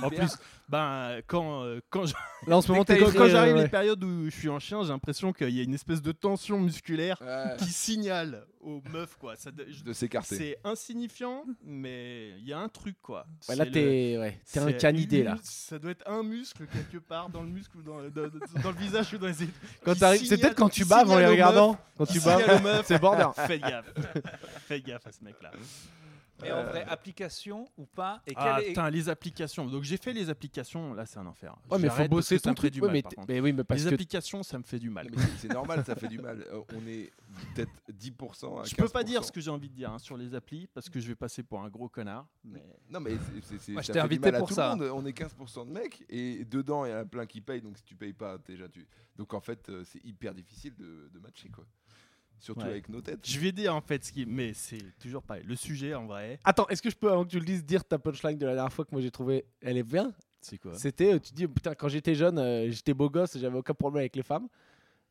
S4: en
S3: Hyper
S4: plus, ben, euh, quand, euh, quand, je-
S2: Là en ce moment,
S4: quand,
S2: t'es
S4: quand
S2: très,
S4: j'arrive
S2: euh,
S4: les périodes où je suis en chien, j'ai l'impression qu'il y a une espèce de tension musculaire
S3: Ouais.
S4: qui signale aux meufs, quoi. Ça, de- je-
S3: de s'écarter.
S4: c'est insignifiant, mais il y a un truc, quoi.
S2: ouais, là,
S4: C'est le-
S2: t'es ouais, t'es un
S4: c'est
S2: canidé
S4: une-
S2: là.
S4: Ça doit être un muscle quelque part dans le muscle ou dans, dans- dans- dans le visage ou dans les
S2: Quand
S4: qui
S2: t'arrives- c'est
S4: signale-
S2: peut-être quand tu
S4: qui
S2: baves en les
S4: signale aux
S2: regardant. Quand
S4: qui
S2: tu baves,
S4: signale aux meufs. <laughs>
S2: c'est border.
S4: Faites gaffe. Faites gaffe à ce mec-là.
S1: Mais en vrai, application ou pas Et
S4: Ah
S1: quelle est-
S4: putain, les applications. Donc j'ai fait les applications, là c'est un enfer.
S2: Ouais, mais faut
S4: J'arrête parce que
S2: bosser
S4: ça
S2: ton
S4: me fait
S2: truc.
S4: du
S2: ouais,
S4: mal,
S2: mais
S4: par
S2: t'es-
S4: contre.
S2: Mais oui, mais parce
S4: les
S2: que
S4: applications, ça me fait du mal.
S3: Non, mais c'est- c'est normal, ça fait du mal. Euh, On est peut-être 10% à
S4: Je peux pas
S3: 15%.
S4: dire ce que j'ai envie de dire hein, sur les applis parce que je vais passer pour un gros connard. Mais...
S3: Non, mais c'est- c'est- c'est-
S1: Moi, je
S3: ça
S1: t'ai
S3: fait du
S1: invité
S3: mal à
S1: pour
S3: tout
S1: ça.
S3: Le monde. On est 15% de mecs et dedans, il y en a plein qui payent. Donc, si tu payes pas, déjà, tu. Donc, en fait, euh, c'est hyper difficile de, de matcher, quoi. Surtout
S4: Ouais.
S3: avec nos têtes.
S4: Je vais dire en fait ce qui. Mais c'est toujours pareil. Le sujet en vrai,
S2: Attends, est-ce que je peux, avant que tu le dises, dire ta punchline de la dernière fois que moi j'ai trouvé Elle est bien
S4: c'est quoi
S2: C'était, euh, tu dis, putain, quand j'étais jeune, euh, j'étais beau gosse, j'avais aucun problème avec les femmes.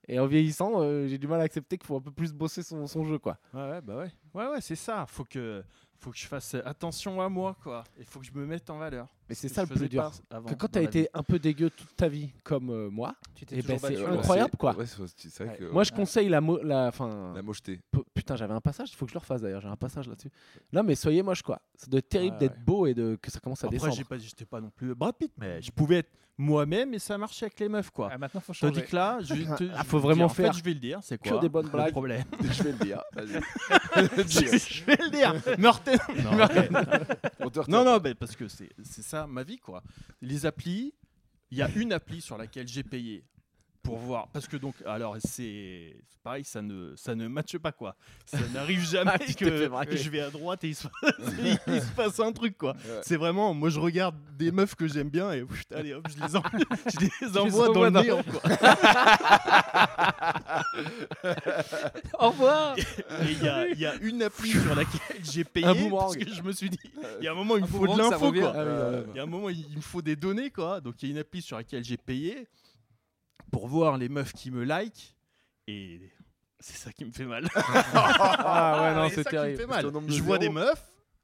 S2: Et en vieillissant, euh, j'ai du mal à accepter qu'il faut un peu plus bosser son, son jeu, quoi.
S4: Ouais, ouais, bah ouais. Ouais, ouais, c'est ça. Faut que, faut que je fasse attention à moi, quoi. Il faut que je me mette en valeur.
S2: Mais c'est
S4: Je
S2: ça le
S4: faisais
S2: plus dur.
S4: pas avant
S2: Que quand
S4: dans
S2: t'as
S4: la vie.
S2: été un peu dégueu toute ta vie, comme euh, moi,
S1: Tu t'es
S2: eh ben,
S1: toujours battu.
S2: c'est
S1: alors.
S2: incroyable. quoi.
S3: Ouais, c'est c'est vrai que.
S2: moi je
S1: ouais.
S2: conseille la, mo- la, fin,
S3: La mocheté.
S2: P- Putain, j'avais un passage, il faut que je le refasse d'ailleurs, j'ai un passage là-dessus. Non, mais soyez moche quoi. Ça doit être terrible
S4: Ouais,
S2: d'être
S4: ouais.
S2: beau et de, que ça commence à
S4: Après,
S2: descendre.
S4: j'ai pas, j'étais pas non plus Brad Pitt, mais je pouvais être moi-même et ça marchait avec les meufs, quoi.
S1: Ah, maintenant, faut
S4: Tandis
S1: changer.
S4: que là, je
S2: <laughs>
S4: te-
S2: Ah,
S4: je
S2: faut
S4: vais
S2: vraiment
S4: dire- en fait,
S2: faire
S4: je vais le dire, c'est
S2: que
S4: quoi
S2: des bonnes blagues.
S4: Le problème. <laughs>
S3: je vais le dire. <laughs> Vas-y.
S4: je, je vais le dire. Meurtez. Non, mais-
S3: On te
S4: non, non, mais parce que c'est c'est ça ma vie, quoi. Les applis, il y a une appli sur laquelle j'ai payé pour voir. Parce que donc, alors c'est c'est pareil, ça ne, ça ne matche pas quoi. Ça n'arrive jamais
S2: tu t'es fait
S4: que,
S2: braquer.
S4: je vais à droite et il se passe, il se passe un truc quoi.
S3: Ouais.
S4: C'est vraiment, moi je regarde des meufs que j'aime bien et pff, allez hop, je les, en- je les envoie dans
S2: envoies
S4: le
S2: dans-
S4: néant quoi.
S1: Au revoir <laughs>
S4: Et il y a, il y a une appli sur laquelle j'ai payé
S2: Un
S4: parce
S2: boomerang.
S4: que je me suis dit, il y a un moment il me
S1: Un
S4: faut de
S1: boomerang, ça
S4: l'info
S1: revient.
S4: quoi.
S2: Ah oui,
S3: Euh,
S2: ouais, ouais.
S4: <laughs> Il y a un moment, il il me faut des données, quoi. Donc, il y a une appli sur laquelle j'ai payé pour voir les meufs qui me like. Et c'est ça qui me fait mal.
S2: Ah ouais, non,
S4: <laughs> Et
S2: c'est
S4: ça qui me
S2: terrible.
S4: fait
S3: Parce
S4: mal.
S3: qu'au nombre de
S4: Je vois des
S3: zéros.
S4: meufs.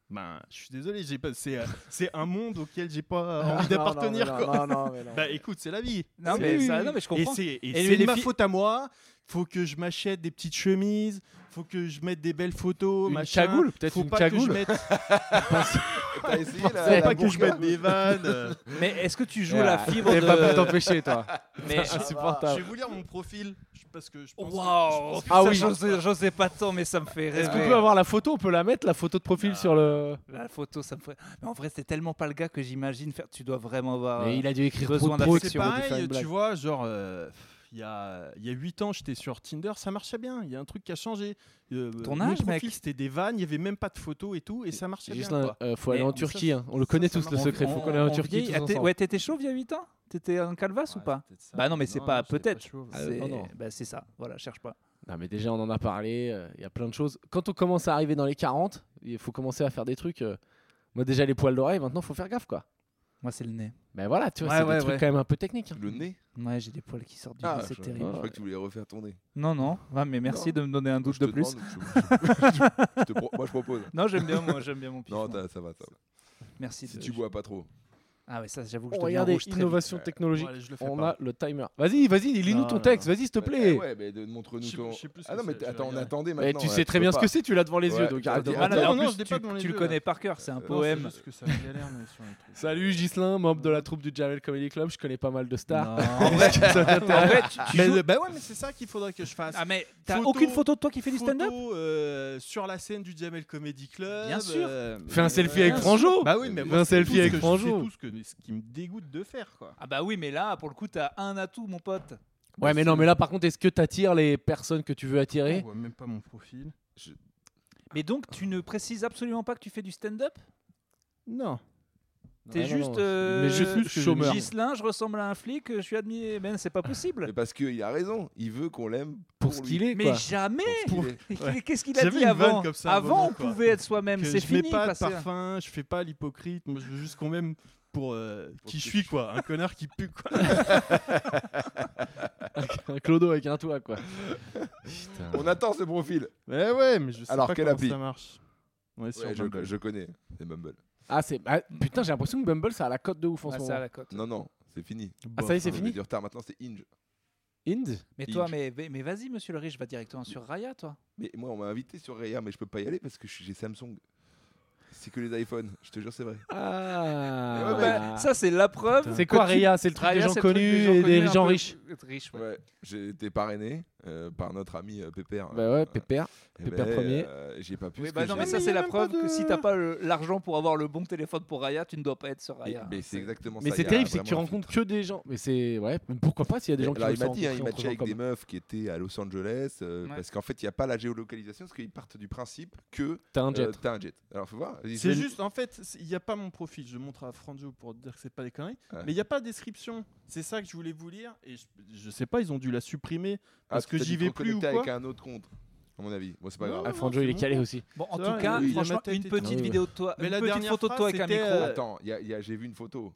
S4: Ben, je suis désolé, j'ai pas. C'est, euh, c'est un monde auquel j'ai pas
S2: Ah,
S4: envie
S2: <laughs> non, non,
S4: d'appartenir,
S2: mais non,
S4: quoi.
S2: Non, non, mais non.
S4: Bah, écoute, c'est la vie.
S1: Non,
S4: C'est-
S1: mais ça- non, mais je
S4: et
S1: comprends.
S4: c'est, et
S1: Et
S4: c'est
S1: les
S4: ma
S1: filles-
S4: faute à moi. Faut que je m'achète des petites chemises. Faut que je mette des belles photos.
S2: Une
S4: machin.
S2: cagoule, peut-être
S4: Faut
S2: une
S4: pas que je
S2: cagoule. <laughs>
S4: mette,
S3: T'as essayé la-
S4: faut
S3: la
S4: pas que je
S3: burqa
S4: mette des vannes. euh,
S2: <laughs>
S1: Mais est-ce que tu joues
S2: Ah,
S1: la fibre
S2: T'es pas pu
S1: de...
S2: t'empêcher,
S4: <laughs>
S2: toi.
S1: Mais...
S2: C'est
S4: Je vais
S2: insupportable.
S4: vous lire mon profil je- parce que je pense. que-
S1: Waouh Ça,
S2: Ah oui.
S1: j'en sais- J'en sais pas tant, mais ça me fait
S2: Est-ce qu'on
S1: rêver.
S2: peut avoir la photo On peut la mettre, la photo de profil
S4: Ah.
S2: sur le.
S1: La photo, ça me fait... Mais en vrai, c'est tellement pas le gars que j'imagine faire... Tu dois vraiment avoir...
S2: Mais
S1: euh,
S2: il a dû écrire
S1: besoin
S2: trop de
S1: d'affection.
S4: Bah, C'est
S2: trucs pour faire
S4: pareil,
S2: une
S4: tu
S2: blague.
S4: vois, genre. euh, Il y a, il y a 8 ans, j'étais sur Tinder, ça marchait bien. Il y a un truc qui a changé. Euh,
S1: Ton
S4: mon
S1: âge,
S4: profil,
S1: mec
S4: C'était des vannes, il n'y avait même pas de photos et tout, et ça marchait bien.
S2: Gislain,
S4: quoi.
S2: euh, faut aller
S1: Mais
S2: en
S1: ça,
S2: Turquie. hein. On le connaît tous, le
S1: on-
S2: secret. Faut
S1: on-
S2: qu'on aille en
S1: on
S2: Turquie.
S1: vieillit.
S2: tous
S1: Ah, t'es-
S2: ensemble.
S1: Ouais, t'étais chauve il y a 8 ans T'étais un calvas ou
S4: Ouais, Euh,
S1: pas
S4: c'est peut-être ça.
S1: Bah non, mais c'est pas-
S4: j'étais
S1: peut-être.
S4: chauve.
S2: Ah,
S1: C'est
S2: non, non.
S1: bah, c'est ça, voilà, cherche pas.
S2: Non, mais déjà, on en a parlé. euh, Il y a plein de choses. Quand on commence à arriver dans les 40, il faut commencer à faire des trucs. euh, Moi, déjà, les poils d'oreille, maintenant, faut faire gaffe, quoi.
S1: Moi, c'est le nez.
S2: Mais voilà, tu vois,
S4: Ouais,
S2: c'est
S4: ouais,
S2: des trucs
S4: ouais.
S2: quand même un peu techniques. hein.
S3: Le nez
S1: Ouais, j'ai des poils qui sortent du
S3: Ah,
S1: nez, c'est
S3: je-
S1: terrible.
S3: Je crois que tu voulais refaire ton nez.
S1: Non, non, ouais, mais merci
S3: Non.
S1: de me donner un doute de
S3: te
S1: plus.
S3: demande, je- je- je te pro- Moi, je propose.
S1: Non, j'aime bien, moi, j'aime bien mon pif.
S3: Non,
S1: moi.
S3: t'as- ça va, ça va.
S1: Merci.
S3: Si
S1: de-
S3: tu bois pas trop.
S1: Ah ouais, ça, j'avoue que
S2: Oh,
S1: je deviens
S2: regardez,
S1: rouge très vite.
S2: innovation technologique.
S4: Bon, allez, je le fais
S2: on
S4: pas.
S2: a le timer. Vas-y, vas-y, lis-nous
S4: Non,
S2: ton
S4: non,
S2: texte, vas-y, s'il te plaît.
S3: Eh ouais, mais de- montre-nous
S4: Je sais-
S3: ton.
S4: je sais plus ce
S3: Ah
S4: que
S3: non, mais
S4: c'est, je
S3: attends, on
S4: regarde.
S3: attendait
S2: Mais
S3: maintenant.
S2: tu
S3: là,
S2: sais très
S3: peux
S2: bien ce
S3: pas.
S2: que c'est, tu l'as devant les
S3: Ouais,
S2: yeux. Donc
S3: je
S2: arrête de
S3: regarde.
S1: Ah, non,
S2: mentir.
S1: mais en
S4: Non,
S1: plus,
S4: je l'ai
S1: tu,
S4: pas devant les
S1: tu le
S4: yeux, hein.
S1: connais par cœur, c'est un
S3: Non,
S4: Non, c'est
S1: poème.
S4: juste que ça galère, mais sur les trucs.
S2: Salut Gislin, membre de la troupe du Javel Comedy Club, je connais pas mal de <laughs> stars.
S1: <laughs>
S4: Non.
S1: vrai,
S2: Ça
S4: <laughs>
S2: t'intéresse
S1: En vrai, tu- tu
S4: Mais
S1: joues-
S4: le- bah ouais, mais c'est ça qu'il faudrait que je fasse.
S1: Ah, mais t'as
S4: Photo-
S1: aucune photo de toi qui fait du
S4: Photo,
S1: stand-up
S4: euh, sur la scène du Jamel Comedy Club.
S1: Bien sûr.
S4: euh,
S2: Fais un
S4: mais-
S2: selfie
S4: Bien
S2: avec
S4: sûr.
S2: Franjo.
S4: Bah oui, mais
S3: Fais
S4: moi,
S2: un
S4: c'est
S2: selfie
S4: tout ce
S2: avec
S4: que je-
S2: Franjo.
S4: C'est tout ce, que, ce qui me dégoûte de faire, quoi.
S1: Ah bah oui, mais là, pour le coup, t'as un atout, mon pote.
S2: Ouais, mais non, mais là par contre, est-ce que t'attires les personnes que tu veux
S4: On
S2: attirer
S4: voit même pas mon profil.
S1: Mais donc, tu ne précises absolument pas que tu fais du stand-up
S4: Non.
S1: T'es
S2: Ouais, non,
S1: juste.
S2: non,
S1: euh,
S2: mais juste
S1: Gislin,
S2: chômeur.
S1: Gislin, je ressemble à un flic, je suis admis. Ben, c'est pas possible.
S3: Mais parce qu'il a raison, il veut qu'on l'aime
S2: Pour ce
S3: lui.
S2: qu'il est,
S1: Mais
S2: quoi.
S1: jamais
S3: Pour ce qu'il est.
S1: <laughs> Qu'est-ce qu'il a
S4: J'avais
S1: dit
S4: une vanne
S1: avant
S4: comme ça, à un
S1: Avant,
S4: moment,
S1: on
S4: quoi.
S1: pouvait être soi-même.
S4: Que
S1: C'est
S4: je mets
S1: fini.
S4: pas de
S1: parce que-
S4: parfum, je fais pas l'hypocrite. Moi, je veux juste qu'on m'aime pour euh,
S3: Pour
S4: qui
S3: que
S4: je suis, quoi. Un connard qui pue, quoi.
S2: <laughs> Un clodo avec un toit, quoi. Putain.
S3: On attend ce profil.
S4: Mais <laughs> ouais, mais je sais
S3: Alors,
S4: pas
S3: quelle
S4: comment
S3: appli
S4: ça marche. Ouais, sur
S3: Ouais, je,
S4: Bumble.
S3: je connais, c'est Bumble.
S2: Ah, c'est. ah, putain, j'ai l'impression que Bumble, ça a la cote de ouf en
S1: Ah, ça,
S2: ce
S1: à
S2: moment.
S1: la cote.
S3: Non, non, c'est fini.
S2: Ah, ça y est,
S4: euh,
S2: c'est
S3: Enfin,
S2: fini
S3: Du retard maintenant, c'est Inge.
S2: Inde
S1: Mais toi, mais, mais mais vas-y, monsieur le riche, va directement sur Raya, toi.
S3: Mais moi, on m'a invité sur Raya, mais je peux pas y aller parce que je suis- j'ai Samsung. C'est que les iPhones, je te jure, c'est vrai.
S2: Ah.
S3: Ouais,
S1: Bah, ça, c'est la preuve.
S2: C'est quoi
S1: que tu-
S2: Raya C'est le truc
S1: Raya,
S2: des gens
S1: c'est le truc
S2: connus et des
S1: un
S2: gens
S1: peu
S2: riches.
S1: riches, ouais.
S3: Ouais, j'ai été parrainé euh, par notre ami euh, Pépère.
S2: Bah ouais, pépère.
S3: Eh
S2: Pépère
S3: ben,
S2: premier.
S3: euh, j'ai pas pu.
S1: Oui,
S3: parce
S1: bah
S3: que
S1: non,
S3: j'ai-
S1: mais ça,
S4: mais
S1: c'est
S4: y a
S1: la
S4: même
S1: preuve
S4: pas
S1: que
S4: de-
S1: si t'as pas le- l'argent pour avoir le bon téléphone pour Raya, tu ne dois pas être sur
S3: Mais,
S1: Raya.
S3: mais c'est exactement
S2: Mais
S3: ça.
S2: c'est
S3: il y a
S2: terrible, c'est que tu
S3: vraiment un
S2: rencontres que des gens. Mais c'est. Ouais, mais pourquoi pas s'il y a des gens qui
S3: Alors,
S2: veulent
S3: il m'a
S2: se
S3: dit, hein, il
S2: rencontrer
S3: matchait avec
S2: entre gens
S3: des meufs qui étaient à Los Angeles euh,
S1: Ouais.
S3: parce qu'en fait, il n'y a pas la géolocalisation parce qu'ils partent du principe que
S2: comme- T'as un
S3: euh,
S2: jet.
S3: t'as un jet. Alors, faut voir. Ils-
S4: C'est juste, en fait, c'est- il n'y a pas mon profil. Je montre à Franjo pour dire que c'est pas des conneries.
S3: Ouais.
S4: Mais il n'y a pas de description. C'est ça que je voulais vous lire. Et je, je sais pas, ils ont dû la
S1: <laughs>
S4: supprimer.
S3: Ah,
S4: parce que
S3: t'as
S4: j'y
S3: dû
S4: vais
S3: te
S4: plus ou
S3: reconnecter avec
S4: quoi
S3: un autre compte, à mon avis. Bon, c'est pas
S4: Non,
S3: grave.
S2: Ah, Franjo, il est
S4: c'est
S2: calé aussi.
S3: euh,
S1: Bon, en
S4: Ça
S1: tout
S4: va,
S1: cas,
S3: oui, il y a
S1: franchement,
S4: ma tête
S1: une
S4: et tout.
S1: petite
S2: Oui,
S1: vidéo de toi,
S4: Mais
S1: une
S4: la
S1: petite
S4: dernière
S1: photo de toi avec
S4: phrase,
S1: un
S4: c'était,
S1: micro.
S4: euh,
S3: Attends, il y a- il y a- j'ai vu une photo.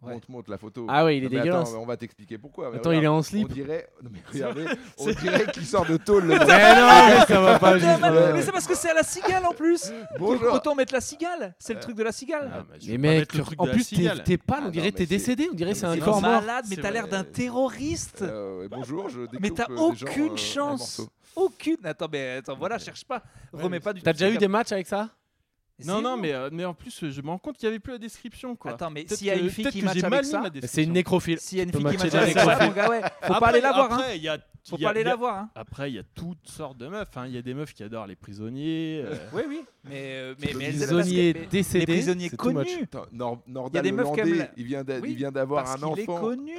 S1: Ah, Ouais.
S3: On te montre la photo.
S2: Ah ouais, il est
S3: Non, mais
S2: dégueulasse.
S3: Attends, on va t'expliquer pourquoi. mais
S2: Attends, il est
S3: regarde,
S2: en
S3: On
S2: slip.
S3: dirait, non, mais regardez, on dirait qu'il sort de tôle. le mec.
S2: Mais
S4: Ah,
S2: non, mais ça va pas
S1: Putain,
S2: juste.
S1: man,
S2: euh,
S1: mais c'est parce que c'est à la cigale en plus. Donc
S3: Bonjour.
S1: autant mettre la cigale. C'est le truc de la
S4: Ah,
S1: cigale.
S2: Mais mec, tu- en plus t'es- t'es pâle,
S3: Ah
S2: on
S3: non,
S2: dirait
S3: mais
S2: t'es
S3: c'est-
S2: décédé, on dirait
S3: mais
S2: c'est un
S3: c'est
S2: corps mort.
S1: malade, mais
S4: C'est
S1: t'as l'air
S3: vrai.
S1: d'un terroriste.
S3: Euh, ouais, bonjour, je
S1: mais
S3: découpe,
S1: t'as
S3: euh, des gens,
S1: aucune
S3: euh, un
S1: chance.
S3: morceau.
S1: Aucune. Attends, mais attends, voilà,
S3: Ouais.
S1: cherche pas.
S3: Ouais,
S1: Remets
S3: mais
S1: pas du
S2: T'as déjà eu des matchs avec ça
S1: Et
S4: Non,
S1: c'est
S4: non,
S1: où
S4: mais, euh, mais en plus, euh, je me rends compte qu'il n'y avait plus la description. Quoi.
S1: Attends, mais
S4: Peut-être
S1: s'il y a
S4: que-
S1: une fille
S4: peut-être
S1: qui
S4: que
S1: match
S4: j'ai
S1: avec
S4: mal lu
S1: ça,
S4: ma
S2: C'est
S4: description.
S2: une nécrophile.
S1: s'il y a une
S2: Faut
S1: fille qui
S2: matcher
S1: match avec
S2: les
S1: ça,
S2: profils.
S1: mon gars, ouais, faut
S4: Après,
S1: pas aller la voir. hein.
S4: Après, il y a-
S1: Faut
S4: il y a-
S1: pas aller
S4: il y a-
S1: la voir. hein.
S4: Après, il y a toutes sortes de meufs. hein. Il y a des meufs qui adorent les prisonniers. euh,
S1: Oui, oui. Mais, euh, mais, mais elles aiment parce
S2: Prisonnier
S1: que- mais-
S2: décédé.
S1: les prisonniers
S2: c'est too much.
S1: connus.
S3: Attends, Nor-
S1: y a
S3: Nordal
S1: des meufs qui aiment
S3: Hollandais,
S1: la-
S3: il vient d'a-
S1: Oui,
S3: il vient d'avoir
S1: Parce
S3: un
S1: qu'il est
S3: enfant.
S1: connu.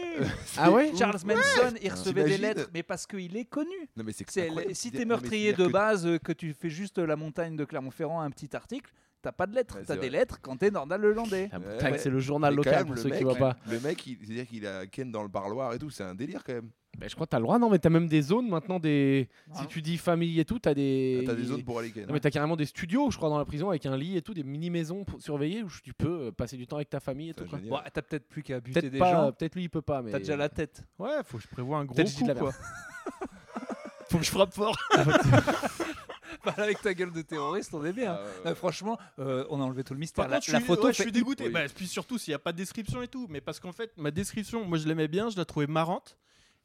S3: C'est
S2: Ah ouais
S3: ouf.
S1: Charles Manson, il recevait des
S3: T'imagines
S1: lettres, mais parce qu'il est connu.
S3: Non mais c'est
S1: C'est-
S3: incroyable.
S1: si
S3: Non,
S1: t'es
S3: mais
S1: meurtrier
S3: c'est-à-dire
S1: de
S3: que-
S1: base, euh, que tu fais juste la montagne de Clermont-Ferrand, un petit article, t'as pas de lettres.
S3: Ouais, c'est
S1: t'as des
S3: vrai.
S1: lettres quand t'es Nordal Lelandais.
S2: La
S3: Ouais,
S2: montagne,
S3: ouais.
S2: c'est le journal
S3: Mais quand
S2: local
S3: même,
S2: pour
S3: le
S2: ceux qui
S3: mec,
S2: voient pas.
S3: Le mec, il- c'est-à-dire qu'il a Ken dans le parloir et tout, c'est un délire quand même.
S2: Bah, je crois que t'as le droit, non, mais t'as même des zones maintenant. des. Si
S1: Ouais.
S2: tu dis famille et tout, t'as des.
S3: Ah, T'as des zones pour aller Ken.
S2: Non, mais t'as carrément des studios, je crois, dans la prison avec un lit et tout, des mini-maisons pour- surveillées où tu peux euh, passer du temps avec ta famille et
S3: C'est
S2: tout. quoi.
S3: génial.
S1: Bon, t'as peut-être plus qu'à buter
S2: Peut-être
S1: des
S2: pas,
S1: gens.
S2: euh, peut-être lui il peut pas, mais.
S1: T'as déjà la tête.
S4: <laughs> Ouais, faut que je prévoie un gros
S2: Peut-être que je dis
S4: coup.
S2: de la
S4: <laughs> quoi.
S2: Faut que je frappe fort.
S1: Bah, avec ta gueule de terroriste, on est bien.
S3: Ah, ouais, ouais.
S1: Euh, franchement, euh, on a enlevé tout le mystère.
S4: Par
S1: la,
S4: contre, je
S1: la
S4: suis,
S1: photo,
S4: ouais, je
S1: fait-
S4: suis dégoûté.
S3: Oui.
S4: Bah, puis surtout, s'il n'y a pas de description et tout. Mais parce qu'en fait, ma description, moi, je l'aimais bien, je la trouvais marrante.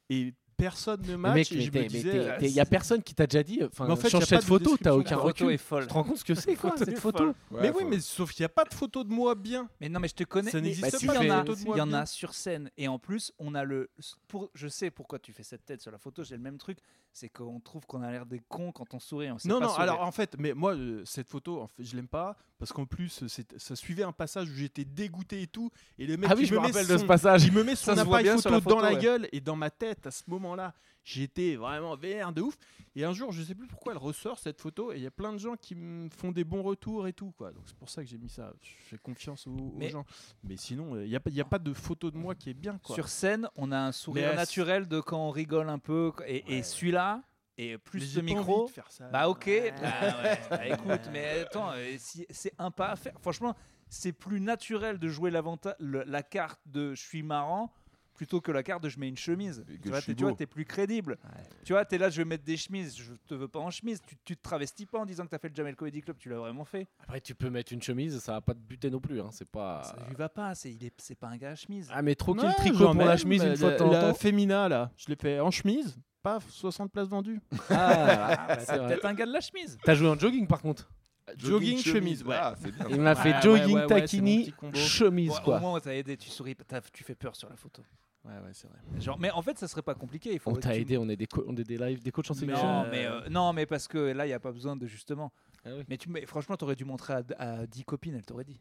S4: Et personne ne match.
S2: mec,
S4: et je
S2: mais t'es-
S4: me
S2: mais
S4: disais,
S2: t'es-
S4: euh,
S2: t'es- y a personne qui t'a déjà dit. Enfin,
S4: Mais en fait, y
S2: change
S4: a pas
S2: cette
S4: de
S2: photo, t'as
S4: description.
S1: la
S2: aucun
S1: photo
S2: recul.
S1: <laughs> est
S2: Tu
S1: folle.
S2: te rends compte ce que c'est, quoi,
S1: photo est
S2: cette photo
S3: Ouais,
S4: mais oui,
S3: faut-
S4: mais sauf qu'il n'y a pas de photo de moi bien.
S1: Mais non, mais je te connais.
S4: Ça
S1: mais
S4: n'existe
S1: si,
S2: pas,
S1: Il y,
S2: mais
S1: en a,
S4: photo de
S1: il
S4: moi
S1: y en
S4: bien.
S1: a sur scène. Et en plus, on a le. Pour, je sais pourquoi tu fais cette tête sur la photo. J'ai le même truc. C'est qu'on trouve qu'on a l'air des cons quand on sourit. On sait
S4: Non,
S1: pas
S4: non,
S1: sourire.
S4: alors en fait, mais moi, euh, cette photo, en fait, je l'aime pas parce qu'en plus, euh, c'est- ça suivait un passage où j'étais dégoûté et tout. Et le mec,
S2: Ah oui,
S4: il
S2: je me
S4: met
S2: rappelle de ce
S4: son-
S2: passage.
S4: <laughs> il me met son
S1: Ça se voit
S4: appareil
S1: bien
S4: photo,
S1: sur la
S4: dans
S1: photo,
S4: la
S1: ouais.
S4: gueule et dans ma tête à ce moment-là, j'étais vraiment vénère de ouf. Et un jour, je sais plus pourquoi elle ressort cette photo et il y a plein de gens qui me font des bons retours et tout quoi. Donc c'est pour ça que j'ai mis ça. Je fais confiance aux, aux
S1: Mais-
S4: gens. Mais sinon, il n'y a, pas- y a pas de photo de moi qui est bien quoi.
S1: Sur scène, on a un sourire
S4: Mais, euh,
S1: naturel de quand on rigole un peu. Et, et
S4: Ouais, ouais.
S1: celui-là, et
S4: Mais
S1: plus
S4: j'ai
S1: le
S4: pas envie
S1: micro.
S4: de faire ça.
S1: Bah ok,
S4: Ouais.
S1: bah, ouais. Bah, écoute, mais attends, euh, si, c'est un pas à faire. Franchement, c'est plus naturel de jouer l'avanta- le- la carte de je suis marrant plutôt que la carte de je mets une chemise.
S3: Et que
S1: Tu
S3: je
S1: vois,
S3: suis
S1: t'es- tu vois,
S3: beau.
S1: t'es plus crédible. Tu vois, t'es là, je vais mettre des chemises, je te veux pas en chemise. Tu, tu te travestis pas en disant que t'as fait le Jamel Comedy Club, tu l'as vraiment fait.
S2: Après, tu peux mettre une chemise, ça va pas te buter non plus. hein, C'est pas.
S1: Ça lui va pas, c'est il est- c'est pas un gars à chemise.
S2: Ah, mais trop
S4: Ouais,
S2: qu'il tricot
S4: j'en
S2: pour la
S4: mets,
S2: chemise
S4: mais
S2: une fois de
S4: la-
S2: temps en
S4: La
S2: temps.
S4: Femina, là, je l'ai fait en chemise. Paf, 60 places vendues.
S2: Ah,
S1: Ah, bah,
S2: c'est
S1: c'est
S4: euh,
S2: vrai.
S1: peut-être un gars de la chemise.
S2: T'as joué en jogging par contre.
S4: Jogging, chemise, ouais.
S3: Ah, c'est bien.
S2: Il m'a fait
S4: ouais,
S2: jogging,
S4: ouais, ouais, c'est mon
S2: taquini,
S4: petit combo.
S2: chemise
S1: Bon, au
S2: quoi.
S1: moins, on t'a aidé, tu souris, t'as- tu fais peur sur la photo.
S4: Ouais, ouais, c'est vrai.
S1: Genre, mais en fait, ça serait pas compliqué. Il faut
S2: On t'a
S1: tu-
S2: aidé, on est des, co- on est des lives, des coachs en
S4: Mais
S2: sélection.
S1: Non, <laughs>
S4: Euh,
S1: mais, euh, non, mais parce que là, il n'y a pas besoin de justement.
S2: Ah oui.
S1: Mais, tu, mais franchement, t'aurais dû montrer à, à 10 copines, elles t'auraient dit.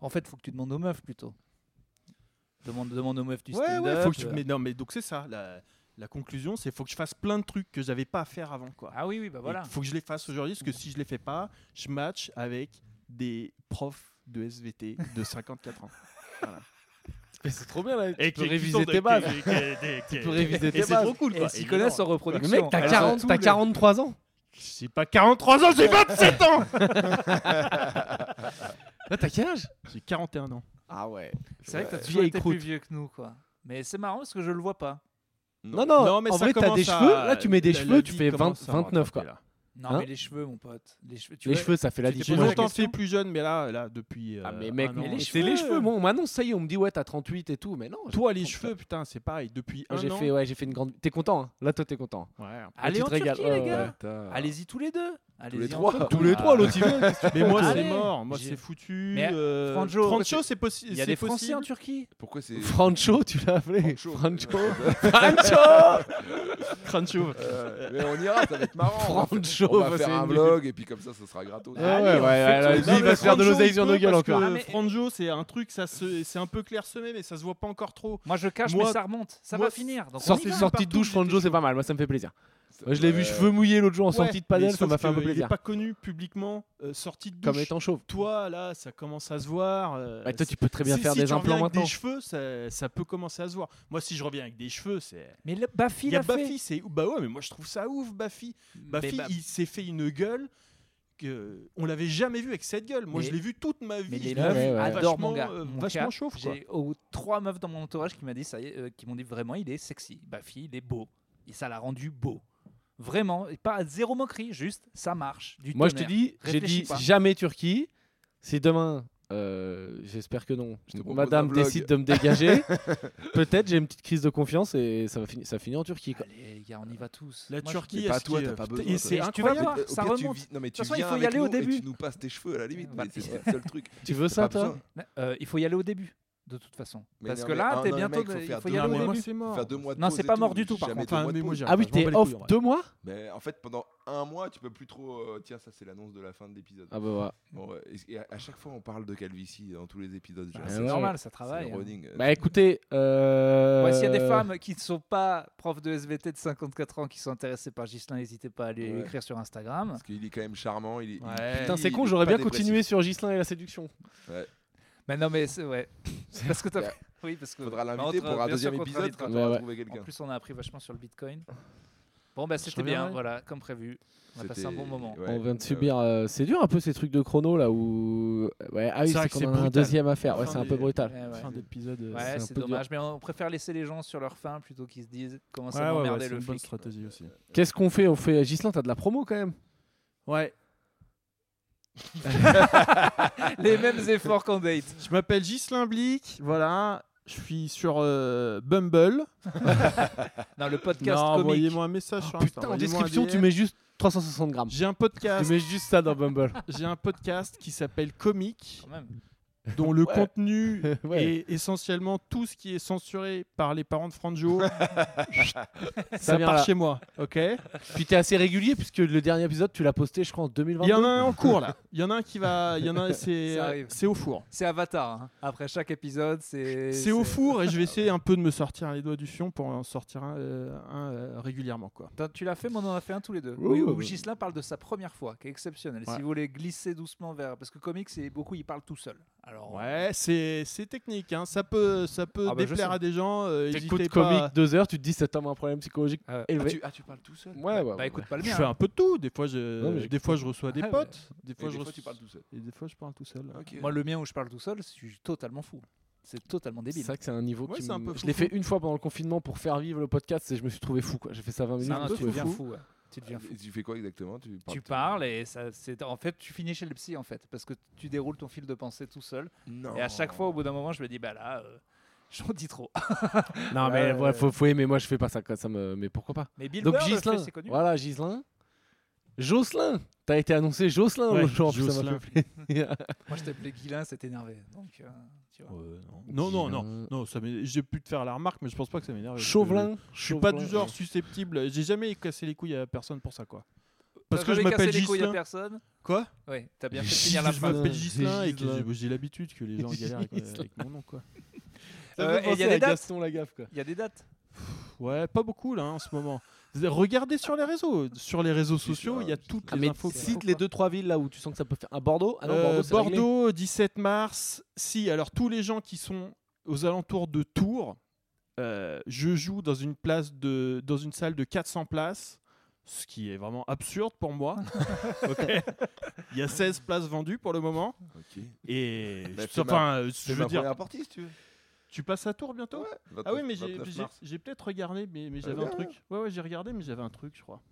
S1: En fait, faut que tu demandes aux meufs plutôt. Demande, demande aux meufs du
S4: ouais,
S1: stand-up.
S4: ouais, faut que tu...
S1: euh.
S4: mais non, mais donc c'est ça. La, la conclusion, c'est faut que je fasse plein de trucs que j'avais pas à faire avant, quoi.
S1: Ah oui, oui, bah voilà.
S4: Et faut que je les fasse aujourd'hui, parce que si je les fais pas, je match avec des profs de SVT
S2: <laughs>
S4: de 54 ans.
S2: Mais c'est trop bien là. Tu peux
S4: qui- qui
S2: réviser
S4: sont
S2: tes
S4: des-
S2: bases.
S4: qui- qui- qui-
S2: Tu peux réviser
S4: Et
S2: tes
S4: c'est
S2: bases.
S4: trop cool,
S1: Et
S4: quoi.
S1: s'ils
S4: Évidemment.
S1: connaissent en
S2: Mais
S1: reproduction.
S2: mec, t'as
S1: Alors,
S2: 40
S1: tous
S2: t'as
S1: les-
S2: 43 ans.
S4: J'ai pas 43 ans, j'ai
S2: <laughs>
S4: 27 ans
S2: Là, t'as quel âge
S4: J'ai 41 ans.
S2: Ah ouais.
S1: C'est vrai que t'as
S2: Ouais.
S1: toujours
S2: Vieille
S1: été plus
S2: croûte.
S1: vieux que nous, quoi. Mais c'est marrant parce que je le vois pas.
S2: Non, non, en
S4: ça
S2: vrai, t'as
S4: commence
S2: des
S4: à-
S2: cheveux. Là, tu mets des
S4: la- la
S2: cheveux, tu
S4: vie
S2: fais
S4: commence
S2: 20
S4: à me
S2: 29, quoi.
S4: rattraper, là.
S1: Non,
S2: Hein
S1: mais les cheveux, mon pote. Les cheveux, tu
S2: Les
S1: vois,
S2: cheveux, ça fait la
S4: Tu t'es
S2: différence.
S4: longtemps
S1: question.
S4: fait plus jeune, mais là, là depuis.
S2: Ah,
S4: euh,
S2: mais mec,
S4: un
S2: mais
S4: an,
S2: les
S4: c'est
S2: cheveux. les cheveux. Moi, on m'annonce, ça y est, on me dit, ouais, t'as 38 et tout. Mais non.
S4: Toi, les cheveux, putain, c'est pareil. Depuis
S2: j'ai-
S4: un
S2: J'ai
S4: an.
S2: fait, ouais, j'ai fait une grande. T'es content hein Là, toi, t'es content.
S4: Ouais.
S1: Allez
S2: tu
S1: en
S2: te régales.
S1: Turquie, les
S2: Ouais,
S1: gars.
S2: ouais.
S1: Allez-y tous les deux. Allez-y en
S3: trois.
S1: Turquie.
S2: Tous les
S4: Ah.
S2: trois, l'autre il vient. qu'est-ce que tu
S4: Mais moi,
S2: veux
S1: Allez.
S4: c'est mort. Moi,
S1: J'ai-
S4: c'est foutu.
S1: Mais,
S4: euh,
S1: Franjo,
S4: Franjo, c'est possible.
S1: Il y a des Français hein, en Turquie.
S3: Pourquoi c'est
S2: Francho, tu l'as appelé.
S3: Francho.
S2: Francho.
S4: Franjo.
S3: Euh, Mais on ira, ça va être marrant. on va faire-
S2: Francho,
S3: On va
S2: bah,
S3: faire
S2: c'est
S3: un
S2: une-
S3: vlog et puis comme ça, ça sera gratos.
S2: Ouais, ouais, ouais,
S1: on
S2: ouais,
S1: fait
S2: là,
S1: tout.
S2: lui, il va se faire de l'oseille sur nos gueules encore.
S1: Ah, mais-
S4: Franjo, c'est un truc, ça se- c'est un peu clairsemé, mais ça se voit pas encore trop.
S1: Moi, je cache,
S4: Moi-
S1: mais ça remonte. Ça
S4: moi,
S1: va finir. Donc, on
S2: Sortie,
S1: y va.
S2: sortie de
S4: partout,
S2: douche,
S4: j'étais
S2: Franjo, c'est pas mal. Moi, ça me fait plaisir. Moi, je l'ai vu cheveux mouillés l'autre jour en sortie de
S4: panel
S2: padel, ça m'a fait un peu plaisir.
S4: Il est pas connu publiquement, euh, sorti de douche.
S2: Comme étant chauve.
S4: Toi, là, ça commence à se voir. euh,
S2: Bah, toi,
S4: c'est-
S2: tu peux très bien
S4: si-
S2: faire
S4: si
S2: des
S4: tu reviens
S2: implants
S4: avec
S2: maintenant.
S4: des cheveux, ça, ça peut commencer à se voir. Moi, si je reviens avec des cheveux, c'est.
S1: Mais le- Bafi
S4: Il y a
S1: l'a fait.
S4: Bafi, c'est bah ouais, mais moi je trouve ça ouf, Bafi.
S1: Mais bah-
S4: Bafi,
S1: Ba-
S4: il s'est fait une gueule que on l'avait jamais vu avec cette gueule. Moi,
S1: Mais-
S4: je l'ai vu toute ma vie.
S1: Mais les
S4: Je l'ai
S1: meufs
S4: vu
S2: ouais, ouais.
S1: adorent mon
S4: vachement,
S1: gars.
S4: euh,
S1: Mon
S4: vachement
S1: gars,
S4: chauve. quoi.
S1: J'ai oh, trois meufs dans mon entourage qui m'ont dit ça y est, euh, qui m'ont dit vraiment il est sexy. Bafi, il est beau. Et ça l'a rendu beau. Vraiment, et pas zéro moquerie, juste ça marche. Du
S2: Moi, je te
S1: tonnerre.
S2: dis, j'ai
S1: Réfléchis
S2: dit
S1: pas.
S2: jamais Turquie. Si demain Euh, J'espère que non.
S3: Je te propose un
S2: Madame
S3: vlog.
S2: décide de me dégager. Peut-être j'ai une petite crise de confiance et ça va finir, ça finit en Turquie. Quoi.
S1: Allez, gars, on y va tous.
S4: La
S1: Moi, je-
S4: Turquie,
S3: Mais pas
S4: est-ce
S3: toi,
S4: qu'il-
S3: t'as pas
S4: putain,
S3: besoin,
S4: et
S3: toi.
S4: c'est
S1: Et tu
S4: incroyable.
S1: vas voir,
S3: Au
S1: ça
S3: pire, tu
S1: remonte.
S3: vis- Non mais tu
S1: toute façon, il
S3: viens
S1: faut y
S3: avec
S1: aller au
S3: nous et
S1: début.
S3: tu nous passes tes cheveux à la limite,
S1: Ouais,
S3: mais c'est
S1: mais-
S3: c'est le seul truc.
S2: Tu veux
S3: T'as
S2: <laughs> ça,
S3: pas
S2: toi
S3: besoin.
S1: Euh, il faut y aller au début, de toute façon.
S3: Mais
S1: Parce
S3: non,
S1: que
S3: mais
S1: là,
S3: un
S1: t'es
S3: an, le
S1: bientôt.
S3: mec, faut
S1: il
S3: faire
S1: faut y aller
S3: deux
S4: Non,
S1: au
S4: mais
S1: début.
S4: moi, c'est mort.
S3: Faire deux mois de
S1: Non,
S3: pause
S1: c'est
S3: et
S1: pas mort du tout, par
S3: jamais
S1: contre.
S3: deux
S4: Enfin,
S3: mois de
S4: mais moi,
S3: pause.
S4: j'ai
S2: Ah oui,
S4: j'en bats
S2: t'es
S4: les
S2: off
S4: couilles, en vrai.
S2: deux mois
S3: Mais en fait, pendant un mois, tu peux plus trop. euh, tiens, ça, c'est l'annonce de la fin de l'épisode.
S2: Ah bah ouais.
S3: Bon, ouais, et- et à, à chaque fois, on parle de calvitie dans tous les épisodes.
S1: Bah,
S3: genre,
S1: C'est
S2: Ah ouais.
S1: normal, ça
S3: c'est
S1: travaille.
S3: le
S1: hein.
S3: running.
S2: Bah écoutez. Euh...
S1: Ouais, S'il y a des femmes qui ne sont pas profs de SVT de 54 ans qui sont intéressées par Gislain, n'hésitez pas à lui
S3: Ouais.
S1: écrire sur Instagram.
S3: Parce qu'il est quand même charmant. Il est, il-
S1: Ouais.
S2: Putain, c'est
S3: il
S2: con,
S3: est
S2: j'aurais
S3: pas
S2: bien continué sur Gislin et la séduction.
S1: Mais Bah non, mais c'est ouais. <laughs> C'est parce que t'as.
S3: Bah,
S1: Oui, parce que.
S3: Faudra
S1: bah,
S3: l'inviter
S1: entre-
S3: pour un
S1: bien sûr
S3: deuxième
S1: qu'on
S3: épisode
S1: t'invitera.
S3: quand
S2: Ouais,
S3: on va
S2: ouais.
S3: trouver
S1: En
S3: quelqu'un.
S1: plus, on a appris vachement sur le Bitcoin. Bon, bah, c'était
S2: reviendrai.
S1: bien, voilà, comme prévu. On a passé un
S3: C'était-
S1: bon moment.
S3: ouais,
S2: on vient de
S3: ouais,
S2: subir. euh, c'est dur un peu ces trucs de chrono là où. Ouais, ah oui,
S4: C'est vrai
S2: c'est
S4: que
S2: qu'on
S4: c'est
S2: en a un
S4: brutal.
S2: deuxième à faire. Ouais,
S4: Fin
S2: c'est un
S4: des-
S2: peu brutal.
S1: Ouais, ouais.
S4: Fin d'épisode. euh,
S1: Ouais,
S2: un
S1: c'est
S2: peu dur.
S1: dommage, mais on préfère laisser les gens sur leur fin plutôt qu'ils se disent comment
S4: Ouais,
S1: ça
S4: ouais, ouais,
S1: m'emmerdait
S4: c'est
S1: le
S4: une bonne
S1: flic.
S4: stratégie aussi.
S2: Qu'est-ce qu'on fait On fait. Gislin, t'as de la promo quand même.
S4: Ouais.
S1: <laughs> les mêmes efforts qu'en date.
S4: Je m'appelle Ghislain Blic, voilà. Je suis sur euh, Bumble.
S1: Non, le podcast
S4: Non,
S1: comique.
S4: Envoyez-moi un message sur Insta,
S2: en
S4: envoyez-moi un
S2: description,
S4: DM.
S2: tu mets juste 360 grammes.
S4: J'ai un
S2: Tu
S4: podcast,
S2: mets juste ça dans Bumble.
S4: j'ai un podcast qui s'appelle Comique,
S1: Quand même.
S4: dont le contenu
S2: Ouais.
S4: est essentiellement tout ce qui est censuré par les parents de Franjo. ça,
S2: Ça vient
S4: part
S2: là.
S4: chez moi, ok
S2: Puis t'es assez régulier puisque le dernier épisode, tu l'as posté, je crois, en
S4: Il y
S2: 2022.
S4: en a un en cours là. Il y en a un qui va, il y en a un, c'est, euh,
S1: Ça arrive.
S4: c'est au four.
S1: C'est Avatar. hein. Après chaque épisode, c'est.
S4: C'est au four et je vais essayer un peu de me sortir les doigts du fion pour en sortir un, euh, un, euh, régulièrement quoi.
S1: Attends, tu l'as fait, mais on en a fait un tous les deux.
S2: Ouh.
S1: Oui, où Gislain parle de sa première fois, qui est exceptionnelle.
S2: Ouais.
S1: Si vous voulez glisser doucement vers. Parce que comique, c'est beaucoup, il parle tout seul. Alors,
S4: Ouais, c'est c'est technique, hein. ça peut, ça peut
S1: Ah bah, je
S4: déplaire
S1: sais.
S4: à des gens. euh,
S2: T'écoutes
S4: hésitez
S2: comique
S4: pas.
S2: deux heures, tu te dis cet homme a un problème psychologique
S1: Ah ouais.
S3: Ah,
S2: élevé.
S3: tu, ah, tu parles tout seul.
S2: Ouais, ouais.
S1: Bah écoute pas le
S4: Je
S1: mien.
S4: fais un peu de tout, des fois je,
S2: Non, mais j'ai-
S4: des fois je reçois des
S1: Ah ouais.
S4: potes, des
S3: Et
S4: fois
S3: des
S4: je
S3: fois,
S4: reçois-
S3: tu parles tout seul.
S4: et des fois je parle tout seul.
S3: Ok.
S1: Moi, le mien où je parle tout seul, je suis totalement fou. C'est totalement
S2: C'est
S1: débile.
S2: vrai que c'est un niveau
S4: Ouais,
S2: qui
S4: c'est un
S2: me-
S4: peu
S2: Je l'ai
S4: foufou.
S2: fait une fois pendant le confinement pour faire vivre le podcast et je me suis trouvé fou. quoi. J'ai fait ça 20 minutes.
S1: Non, non,
S2: je me
S1: tu
S2: suis trouvé
S1: deviens
S2: fou.
S1: fou. ouais. Tu deviens fou.
S3: Et tu fais quoi exactement Tu parles
S1: Tu
S3: tout-
S1: parles et ça, c'est en fait tu finis chez le psy en fait parce que tu déroules ton fil de pensée tout seul
S3: Non.
S1: et à chaque fois au bout d'un moment je me dis bah là euh, <laughs> j'en dis trop.
S2: Non,
S1: Ouais,
S2: mais
S1: ouais.
S2: ouais, faut, faut aimer. Moi, je fais pas ça. quoi, ça me... Mais pourquoi pas
S1: Mais Bill
S2: Donc
S1: Burr le fait,
S2: Gislin,
S1: c'est connu.
S2: voilà Gislin. Jocelyn, t'as été annoncé Jocelyn
S4: Ouais,
S2: l'autre jour, en plus, ça
S4: Jocelyn.
S2: m'a fait plaisir.
S1: Moi je t'appelais Guilin, c'est énervé. Donc euh, tu vois.
S4: Euh, non. non, non, non, non, ça m'é- j'ai pu te faire la remarque, mais je pense pas que ça m'énerve. parce que
S2: euh, Chauvelin,
S4: Je suis pas du genre susceptible. J'ai jamais cassé les couilles à personne pour ça quoi. Parce
S1: T'as
S4: que je
S1: jamais
S4: m'appelle
S1: cassé les couilles à
S4: Gislin.
S1: personne.
S4: Quoi
S1: Oui, t'as bien fait de finir la
S4: Je
S1: phrase.
S2: Gislin.
S4: m'appelle Gislin et
S2: Gislin.
S4: que j'ai- j'ai l'habitude que <laughs> les gens galèrent avec, avec mon nom quoi.
S1: Euh, et il y a des dates.
S2: Gaston Lagaffe quoi.
S1: Il y a des dates.
S4: Ouais, pas beaucoup là hein, en ce moment. Regardez sur les réseaux, sur les réseaux
S3: Si,
S4: sociaux,
S3: sur-
S4: il y a toutes
S2: Ah,
S4: les
S2: mais
S4: infos.
S1: si-
S4: quoi.
S2: cite les deux trois villes là où tu sens que ça peut faire un Bordeaux. Ah non,
S4: Euh,
S2: Bordeaux, c'est réglé.
S4: Bordeaux, 17 mars. Si, alors tous les gens qui sont aux alentours de Tours, euh, je joue dans une place de, dans une salle de 400 places, ce qui est vraiment absurde pour <laughs> moi. Ok. Il y a 16 places vendues pour le moment.
S3: Ok.
S4: Et
S3: Bah,
S4: je-
S3: c'est ma-
S4: enfin, euh, je
S3: C'est ma
S4: veux dire,
S3: première partie, si tu veux.
S4: tu passes à Tours bientôt
S3: Ouais,
S4: Ah oui,
S3: 29
S4: mais j'ai
S3: 29
S4: j'ai-
S3: mars. Ah
S4: j'ai peut-être regardé, mais, mais j'avais
S3: bien,
S4: un truc. Ouais, ouais, j'ai regardé, mais j'avais un truc, je crois.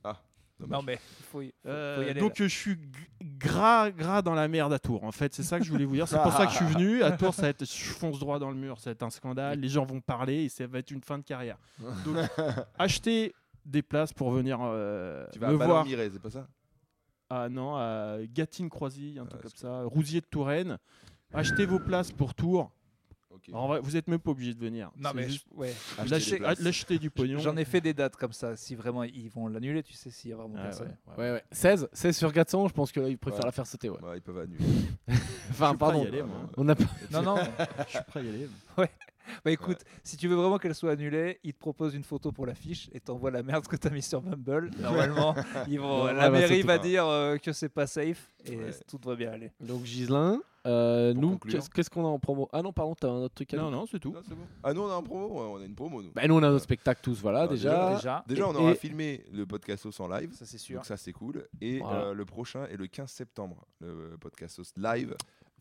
S1: Non mais il faut y, faut- faut y
S4: Euh,
S1: aller.
S4: donc euh, je suis g- gras, gras dans la merde à Tours. En fait, c'est ça que je voulais vous dire. C'est pour ça que je suis venu à Tours. Ça va être, je fonce droit dans le mur. Ça va être un scandale. Les gens vont parler et ça va être une fin de carrière.
S3: <laughs>
S4: Donc, acheter des places pour venir euh,
S3: Tu vas à
S4: me voir.
S3: Ballon-Mirez, c'est pas ça
S4: Ah non, à Gatine-Croisy, un truc
S3: Ah,
S4: comme ça. Rousier de Touraine. Achetez vos places pour Tours.
S3: Ok.
S4: En vrai, vous êtes même pas obligé de venir.
S1: Non
S4: C'est
S1: mais
S4: juste-
S1: je- ouais.
S3: Achetez
S1: lâchez-
S3: des places.
S4: l'achetez du pognon.
S1: J'en ai fait des dates comme ça. Si vraiment ils vont l'annuler, tu sais, s'il y a vraiment
S4: Ah Ouais,
S1: personne.
S4: ouais, ouais.
S2: Ouais ouais. 16, 16 sur 400, je pense que là ils préfèrent
S3: Ouais.
S2: la faire sauter ouais.
S3: Ouais, ils peuvent annuler.
S4: Je
S2: Enfin
S4: suis prêt à y
S2: pardon.
S4: aller,
S3: hein.
S4: moi.
S2: On a pas-
S1: Non,
S2: <laughs>
S1: non.
S4: Je suis prêt à y aller.
S1: Bah écoute, si tu veux vraiment qu'elle soit annulée, ils te proposent une photo pour l'affiche et t'envoies la merde que t'as mis sur
S2: <laughs>
S1: Bumble. Normalement, ils vont,
S2: Ouais,
S1: la
S2: bah,
S1: mairie
S2: c'est
S1: va
S3: tout.
S1: dire euh, que c'est pas safe et
S3: Ouais.
S1: tout devrait bien aller.
S2: Donc Gislin, euh,
S3: Pour
S2: nous
S3: conclure.
S2: qu'est-ce- qu'est-ce qu'on a en promo Ah non pardon, t'as un autre truc à
S4: Non,
S2: dire.
S4: non, c'est tout.
S3: Non, c'est bon. Ah, nous, on a un promo ouais, On a une promo, nous.
S2: Bah nous on a notre spectacle tous voilà
S3: Ah,
S2: bah, déjà.
S3: Ah,
S1: Déjà,
S3: Déjà, on
S2: et-
S3: aura
S2: et-
S3: filmé le podcast en live.
S1: ça c'est sûr.
S3: Donc ça c'est cool. Et
S2: Voilà.
S3: euh, le prochain est le 15 septembre, le podcast live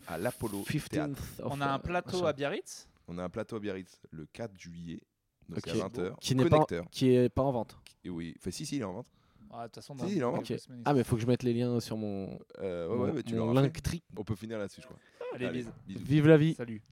S3: à l'Apollo Théâtre.
S2: 15th of- euh,
S1: On a un plateau
S2: machin.
S1: à Biarritz.
S3: On a un plateau à Biarritz le 4 juillet, donc
S2: Ok.
S3: à 20h.
S2: Qui n'est pas en-
S3: connecteur.
S2: qui est pas en vente.
S3: Et oui, enfin si si il est en vente.
S1: Ah, De toute façon,
S3: Si, il est en
S1: quelques
S2: vente.
S1: semaines, ils
S2: Ah
S1: sont-
S2: mais faut que je mette les liens sur mon
S3: Euh, ouais,
S2: mon,
S3: ouais, mais tu
S2: mon
S3: l'auras fait.
S2: Linktree.
S3: On peut finir là-dessus je crois.
S4: Allez,
S5: Allez,
S4: bisous.
S5: bisous.
S3: Vive la vie.
S4: Salut.